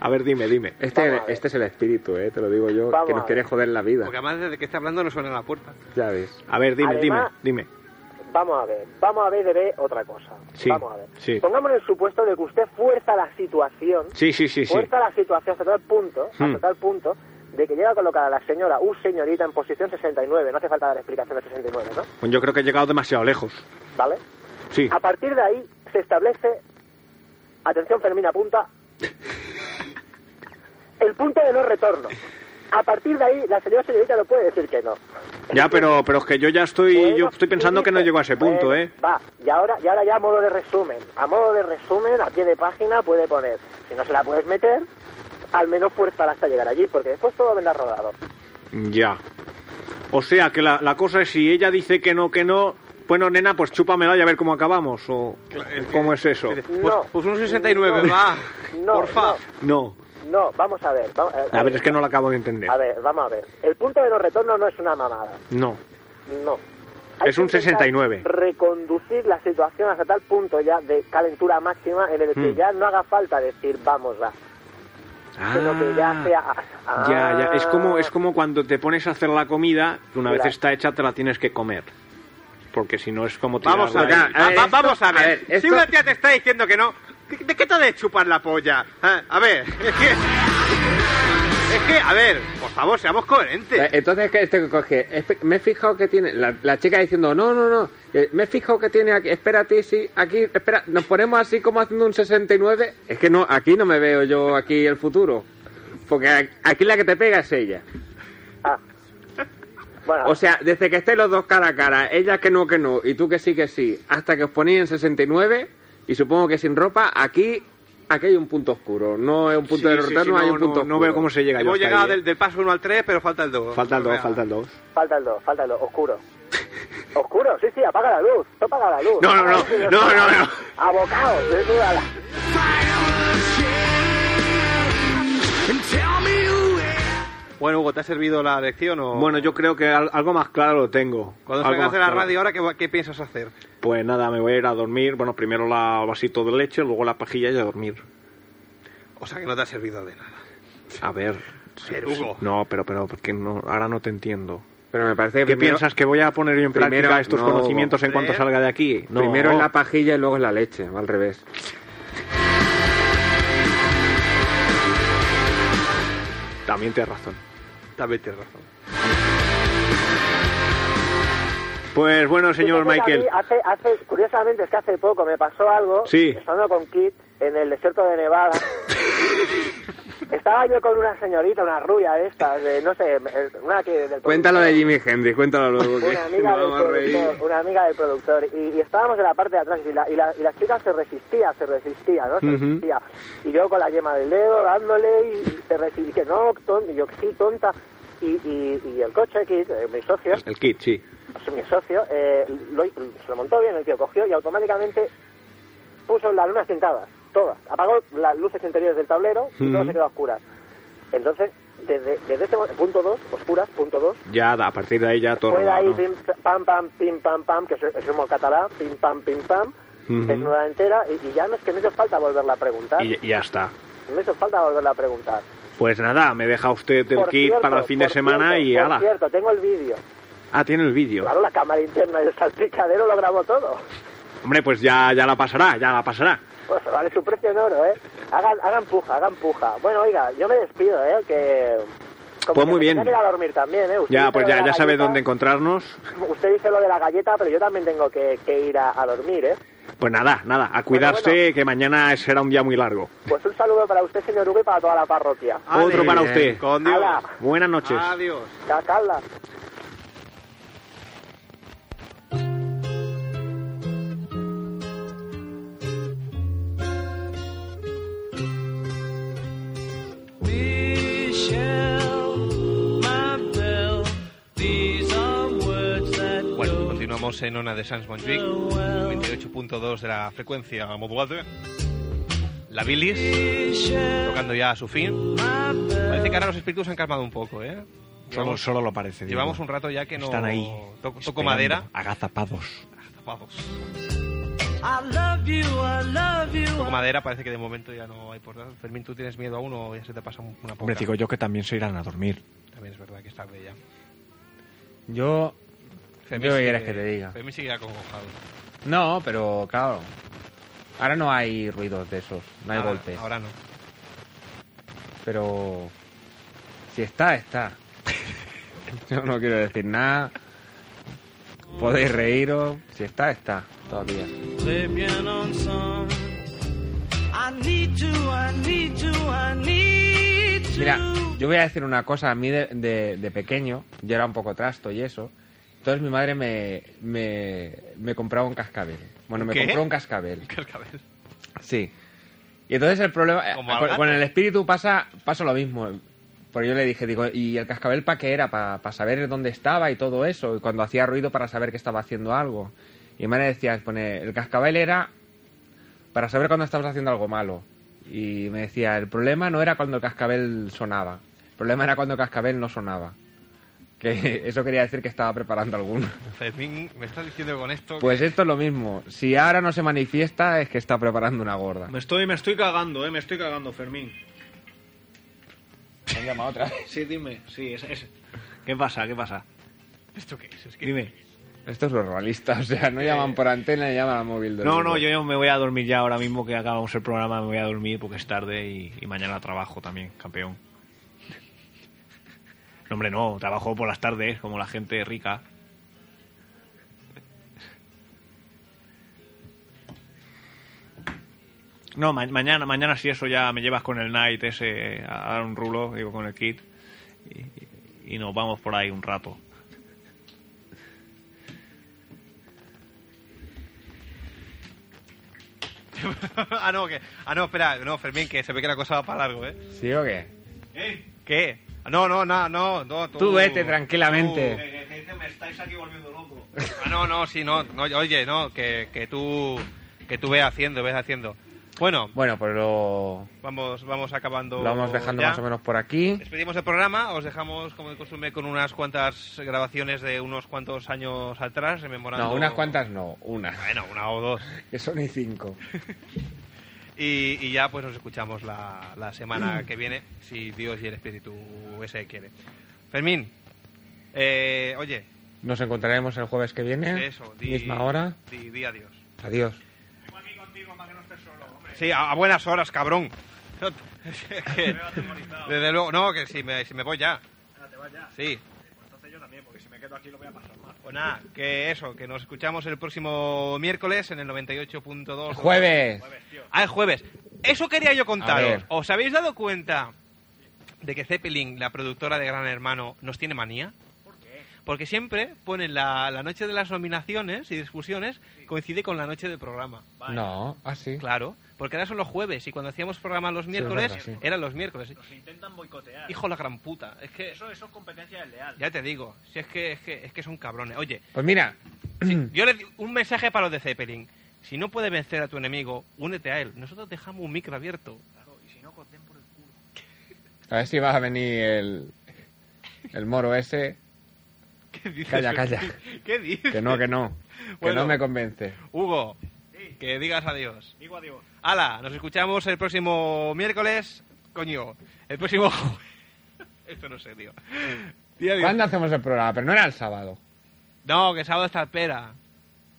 S4: A ver, dime, dime.
S3: Este, este es el espíritu, eh, te lo digo yo,
S11: Vamos
S3: que
S11: a
S3: nos
S11: ver.
S3: quiere joder la vida.
S2: Porque además desde que está hablando no suena la puerta.
S3: Ya ves.
S4: A ver, dime,
S11: Además-
S4: dime, dime.
S11: Vamos a ver, vamos a ver de ver otra cosa.
S4: Sí,
S11: vamos a ver.
S4: sí.
S11: Pongamos el supuesto de que usted fuerza la situación,
S4: Sí, sí, sí, sí.
S11: fuerza la situación hasta tal punto,
S4: Hmm.
S11: hasta tal punto, de que llega colocada la señora, u señorita, en posición 69, no hace falta dar explicación de 69, ¿no?
S4: Pues yo creo que he llegado demasiado lejos.
S11: ¿Vale?
S4: Sí.
S11: A partir de ahí se establece, atención Fermín, apunta, el punto de no retorno. A partir de ahí, la señora señorita no puede decir que no.
S4: Ya, pero, pero es que yo ya estoy, yo estoy pensando que no llego a ese punto,
S11: Bueno,
S4: ¿eh?
S11: Va, y ahora, y ahora ya a modo de resumen. A modo de resumen, a pie de página puede poner, si no se la puedes meter, al menos fuerza hasta llegar allí, porque después todo vendrá rodado.
S4: Ya. O sea, que la, la cosa es si ella dice que no, que no, bueno, nena, pues chúpamela y a ver cómo acabamos, o cómo es eso.
S2: Pues,
S11: No.
S2: pues un 69, va.
S11: No,
S2: Porfa.
S4: No.
S11: no, no, vamos a ver. vamos- eh,
S4: A ver, es que no la acabo de entender.
S11: A ver, vamos a ver. El punto de no retorno no es una mamada,
S4: No.
S11: no.
S4: Es un
S11: que intentar
S4: 69.
S11: Reconducir la situación hasta tal punto ya de calentura máxima en el que
S4: Hmm.
S11: ya no haga falta decir vamos va, sino que ya
S4: Ah.
S11: sea. ah,
S4: Ya, ya. Es como, es como cuando te pones a hacer la comida, que una vez
S11: Claro.
S4: está hecha te la tienes que comer. Porque si no es como
S2: Vamos a ver.
S4: tirarla
S3: a ver,
S2: va-
S3: esto-
S2: vamos a ver.
S3: a ver,
S2: Si
S3: esto-
S2: una tía te está diciendo que no, ¿de, de qué te ha de chupar la polla? Ah, A ver, es que. Es que, a ver, por favor, seamos coherentes.
S3: Entonces, ¿qué- este que coge, Espe- me he fijado que tiene, la, la chica diciendo, no, no, no, eh, me he fijado que tiene aquí, espérate, sí, aquí, espera, nos ponemos así como haciendo un 69, es que no, aquí no me veo yo aquí el futuro, porque a- aquí la que te pega es ella.
S11: ah.
S4: Ah.
S11: Bueno,
S3: O sea, desde que estéis los dos cara a cara, ella que no, que no, y tú que sí, que sí, hasta que os ponéis en 69, y supongo que sin ropa, aquí, aquí hay un punto oscuro, no es un punto
S4: Sí,
S3: de
S4: sí, sí,
S3: retorno, hay
S4: no,
S3: un
S4: no,
S3: punto
S4: no
S3: oscuro.
S4: veo cómo se llega. yo
S2: Hemos
S4: hasta
S2: llegado
S4: ahí, ¿eh?
S2: del, del paso 1 al 3, pero falta el 2.
S4: Falta el
S2: O
S4: 2,
S2: sea,
S4: falta el 2.
S11: Falta el 2, falta el 2, oscuro. Oscuro, sí, sí, apaga la luz, tú apaga la luz.
S4: No, no, no, no, no, no.
S11: Abocado, sí, tú a la-
S2: Bueno, Hugo, ¿te ha servido la lección o.?
S4: Bueno, yo creo que al- algo más claro lo tengo.
S2: Cuando
S4: Algo
S2: salgas
S4: más
S2: de la
S4: claro.
S2: radio ahora, ¿qué, va- qué piensas hacer?
S4: Pues nada, me voy a ir a dormir. Bueno, primero la el vasito de leche, luego la pajilla y a dormir.
S2: O sea, que no te ha servido de nada.
S4: A ver. sí,
S2: Pero,
S4: sí.
S2: Hugo.
S4: No, pero, pero, porque no, ahora no te entiendo.
S3: Pero me parece que
S4: ¿Qué
S3: primero-
S4: piensas que voy a poner yo en
S3: primero-
S4: práctica estos
S3: no,
S4: conocimientos en cuanto
S2: hombre.
S4: salga de aquí? No.
S3: Primero es la pajilla y luego es la leche, o al revés.
S4: También tienes razón.
S2: También tienes razón.
S4: Pues bueno, señor
S11: Fíjate que a
S4: Michael.
S11: mí hace, hace, curiosamente, es que hace poco me pasó algo,
S4: Sí.
S11: estando con Kit en el desierto de Nevada. Estaba yo con una señorita, una rubia de estas, de, no sé, eh, una que... Del
S3: Cuéntalo de Jimi Hendrix, cuéntalo luego.
S11: una
S3: Que
S11: amiga,
S3: nos
S11: del
S3: vamos a reír.
S11: productor, una amiga del productor y, y estábamos en la parte de atrás y la, y, la, y la chica se resistía, se resistía, ¿no? Se resistía. Y yo con la yema del dedo dándole y, y se resistía, que no, tonta, y yo que sí, tonta. Y, y, y el coche, que, eh, mi socio,
S4: El kit, sí.
S11: mi socio, eh, lo, se lo montó bien, el tío cogió y automáticamente puso las lunas pintadas, todas. Apagó las luces interiores del tablero y todo
S4: Ujú.
S11: se quedó a oscuras. Entonces, desde, desde este momento- punto 2, oscuras, punto 2,
S12: Ya, a partir de ahí ya todo
S11: fue de ahí,
S12: rodado,
S11: pim, pam, pam, pim, pam, pam, que soy- somos catalá, pim, pam, pim, pam,
S12: Ujú.
S11: desnuda entera, y, y ya no es que no hizo falta volverla a preguntar,
S12: ¿no? Y, y ya está.
S11: no hizo falta volverla a preguntar.
S12: Pues nada, me deja usted el
S11: Por
S12: kit
S11: cierto,
S12: para el fin de
S11: por
S12: semana
S11: cierto,
S12: y
S11: por
S12: ala.
S11: cierto, tengo el vídeo.
S12: Ah, tiene el vídeo.
S11: Claro, la cámara interna del salpicadero lo grabó todo.
S12: Hombre, pues ya, ya la pasará, ya la pasará.
S11: Pues vale su precio en oro, ¿eh? Hagan, hagan puja, hagan puja. Bueno, oiga, yo me despido, ¿eh? Que... como
S12: Pues
S11: que
S12: muy
S11: me
S12: bien.
S11: tengo que ir a dormir también, ¿eh? Usted
S12: Ya,
S11: dice
S12: pues
S11: lo de
S12: ya,
S11: la
S12: ya sabe
S11: galleta,
S12: dónde encontrarnos.
S11: Usted dice lo de la galleta, pero yo también tengo que, que ir a, a dormir, ¿eh?
S12: Pues nada, nada, a cuidarse que mañana será un día muy largo.
S11: Pues un saludo para usted, señor Hugo, y para toda la parroquia.
S12: Otro para
S2: bien.
S12: usted.
S2: Con Dios.
S11: Ala.
S12: Buenas noches.
S2: Adiós.
S11: Cacala.
S2: Bueno, continuamos en Ona de Sans Montjuic, 28.2 de la frecuencia modulada. La bilis, tocando ya a su fin. Parece que ahora los espíritus se han calmado un poco, ¿eh?
S4: Solo,
S2: Llevamos-
S4: solo lo parece. digo.
S2: Llevamos un rato ya que no...
S4: Están ahí.
S2: to- Toco
S4: esperando,
S2: madera.
S4: Agazapados.
S2: Vamos. Toco madera, parece que de momento ya no hay por nada. Fermín, ¿tú tienes miedo a uno o ya se te pasa una poca?
S4: Hombre, digo yo que también se irán a dormir.
S2: También es verdad que es tarde ya.
S3: Yo.
S2: Fermín
S3: Yo, ¿qué
S2: sigue-
S3: quieres que te diga?
S2: Fermín sigue acongojado.
S3: No, pero claro. Ahora no hay ruidos de esos, no hay
S2: Ahora-
S3: golpes.
S2: Ahora no.
S3: Pero. Si está, está. Yo no quiero decir nada. Podéis reíros. Si está, está. Todavía. Mira, yo voy a decir una cosa. A mí de, de- de pequeño, yo era un poco trasto y eso. Entonces mi madre me, me, me compraba un cascabel. Bueno, me
S2: ¿Qué?
S3: compró un cascabel.
S2: Cascabel.
S3: Sí. Y entonces el problema... eh,
S2: Como al
S3: con,
S2: gato.
S3: con el espíritu pasa, pasa lo mismo. Porque yo le dije, digo, ¿y el cascabel para qué era? ¿Para saber dónde estaba y todo eso? Y cuando hacía ruido para saber que estaba haciendo algo. Y mi madre decía, pone, el cascabel era para saber cuando estabas haciendo algo malo. Y me decía, el problema no era cuando el cascabel sonaba. El problema era cuando el cascabel no sonaba. Que eso quería decir que estaba preparando alguno.
S2: Fermín, me estás diciendo con esto...
S3: Pues esto es lo mismo. Si ahora no se manifiesta es que está preparando una gorda.
S4: Me estoy, me estoy cagando, eh, me estoy cagando, Fermín.
S3: Me llama otra.
S4: Sí, dime, sí, es, es- ¿Qué pasa, qué pasa?
S2: ¿Esto qué es? Es que...
S4: Dime.
S3: Esto es lo realista, o sea, no llaman por antena, llaman al móvil. del
S4: No,
S3: grupo.
S4: no, yo yo me voy a dormir ya ahora mismo que acabamos el programa, me voy a dormir porque es tarde y, y mañana trabajo también, campeón. No, hombre, no, trabajo por las tardes como la gente rica. No, ma- mañana, mañana si eso ya me llevas con el night ese a dar un rulo, digo, con el kit y, y nos vamos por ahí un rato.
S2: ah, no, que... Ah, no, espera. No, Fermín, que se ve que la cosa va para largo, ¿eh?
S3: ¿Sí o qué?
S2: ¿Qué? No, no, no, no, no,
S3: Tú vete tranquilamente.
S4: Me estáis aquí volviendo loco.
S2: tú. Ah, no, no, sí, no, no, oye, no, que, que tú que tú ves haciendo, ves haciendo. Bueno,
S3: Bueno, pues lo,
S2: vamos vamos acabando.
S3: lo vamos dejando
S2: ya.
S3: más o menos por aquí.
S2: Despedimos el programa, os dejamos como de costumbre con unas cuantas grabaciones de unos cuantos años atrás, rememorando.
S3: No, unas cuantas no, una.
S2: Bueno, una o dos.
S3: Que son y cinco.
S2: Y, y ya pues nos escuchamos la, la
S3: Mm.
S2: semana que viene, si Dios y el Espíritu ese quiere. Fermín, eh, oye,
S3: Nos encontraremos el jueves que viene.
S2: eso, di,
S3: ¿Eh? misma hora.
S2: Di, di adiós.
S3: Adiós.
S2: Sí, a, a buenas horas, cabrón. No te- es que- desde luego, no, que si me, si me voy ya. Sí. Pues nada, que eso, que nos escuchamos el próximo miércoles en el 98.2.
S3: El jueves.
S2: Ah, el jueves. Eso quería yo
S3: A
S2: contaros.
S3: ver.
S2: ¿Os habéis dado cuenta de que Zeppelin, la productora de Gran Hermano, nos tiene manía? Porque siempre ponen la, la noche de las nominaciones y discusiones coincide con la noche del programa.
S3: No, ah, así.
S2: Claro, porque ahora son los jueves y cuando hacíamos programas los miércoles,
S3: es verdad, sí.
S2: eran los miércoles.
S4: Intentan boicotear.
S2: Hijo de la gran puta, es que
S4: Eso, eso es competencia desleal.
S2: ya te digo, si es que es que, es que son cabrones. Oye,
S3: Pues mira,
S2: yo le digo un mensaje para los de Zeppelin. Si no puedes vencer a tu enemigo, únete a él. Nosotros dejamos un micro abierto.
S3: A ver si va a venir el, el moro ese.
S2: ¿Qué dices?
S3: Calla, calla.
S2: ¿Qué dices?
S3: Que no, que no. Que
S2: Bueno.
S3: no me convence.
S2: Hugo, que digas adiós. Digo adiós. Hala, nos escuchamos el próximo miércoles. Coño, el próximo. jue- Esto no sé, tío. Di adiós.
S3: ¿Cuándo hacemos el programa? Pero no era el sábado.
S2: No, que sábado está el pera.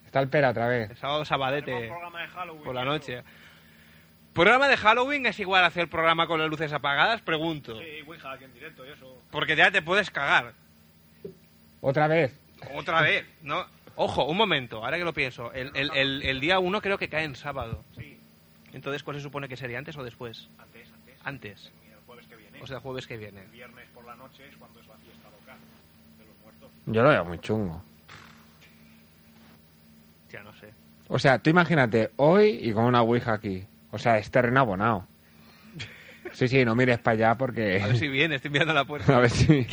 S3: Está el pera otra vez.
S2: El sábado sabadete. Por la noche. ¿Programa de Halloween es igual a hacer programa con las luces apagadas? Pregunto.
S4: Sí, Eh, Ouija, aquí en directo y eso.
S2: Porque ya te puedes cagar.
S3: Otra vez.
S2: Otra vez, ¿no? Ojo, un momento, ahora que lo pienso. El, el- el- el día 1 creo que cae en sábado. Entonces, ¿cuál se supone que sería antes o después?
S4: Antes, antes.
S2: Antes.
S4: El jueves que viene.
S2: O sea, jueves que viene.
S4: viernes por la noche es cuando es la fiesta local de los muertos.
S3: Yo lo veo muy chungo.
S2: Ya no sé.
S3: O sea, tú imagínate hoy y con una ouija aquí. O sea, es terreno abonado. Sí, sí, no mires para allá porque...
S2: A ver si viene, estoy mirando a la puerta.
S3: A ver si...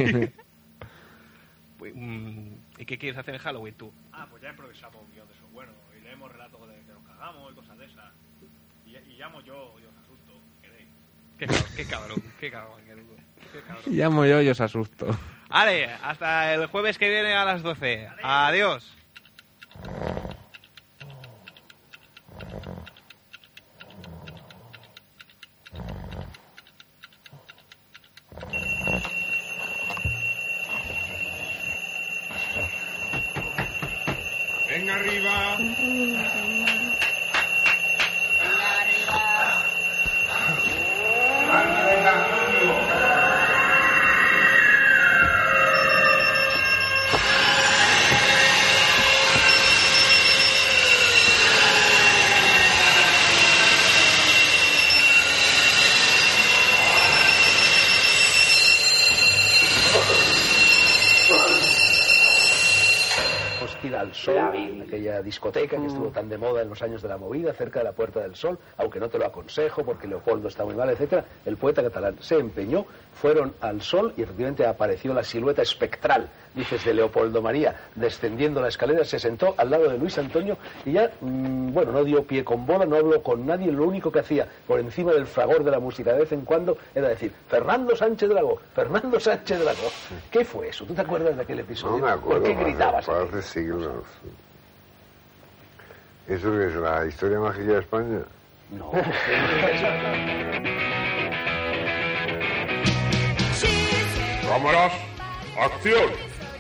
S2: Pues, mm, ¿Y qué quieres hacer en Halloween tú?
S4: Ah, pues ya improvisamos un guión de eso bueno y leemos relatos de que nos cagamos y cosas de esas. Y, y llamo yo y os asusto. ¿Queréis?
S2: Qué cabrón, qué cabrón, qué cabrón. qué cabrón, qué cabrón.
S3: Llamo yo y os asusto.
S2: Vale, hasta el jueves que viene a las 12. Adiós.
S5: Venga arriba.
S13: Hostil al Sol, aquella discoteca que estuvo tan de moda en los años de la movida, cerca de la Puerta del Sol, aunque no te lo aconsejo porque Leopoldo está muy mal, etcétera, el poeta catalán se empeñó, fueron al Sol y efectivamente apareció la silueta espectral, dices, de Leopoldo María, descendiendo la escalera, se sentó al lado de Luis Antonio y ya, mm, bueno, no dio pie con bola, no habló con nadie, lo único que hacía por encima del fragor de la música de vez en cuando era decir, Fernando Sánchez Dragó, Fernando Sánchez Dragó. ¿Qué fue eso? ¿Tú te acuerdas de aquel episodio?
S14: No me acuerdo.
S13: ¿Por qué
S14: madre,
S13: gritabas?
S14: fue hace siglos. ¿Eso qué es la historia mágica de España?
S13: No.
S5: Cámaras, acción.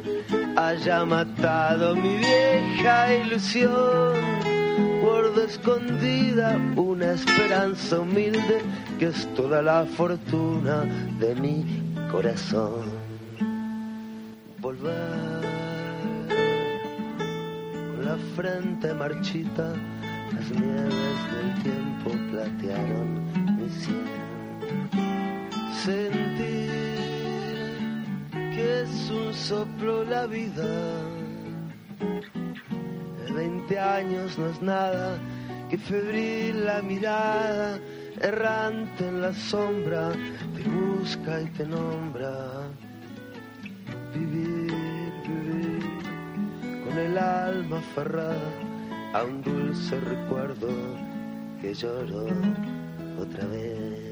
S6: haya matado mi vieja ilusión, guardo escondida una esperanza humilde que es toda la fortuna de mi corazón. Volver con la frente marchita, las nieves del tiempo platearon mi cielo. Sentir que es un soplo la vida. De 20 años no es nada que febril la mirada, errante en la sombra, te busca y te nombra. Vivir, vivir con el alma aferrada a un dulce recuerdo que lloro otra vez.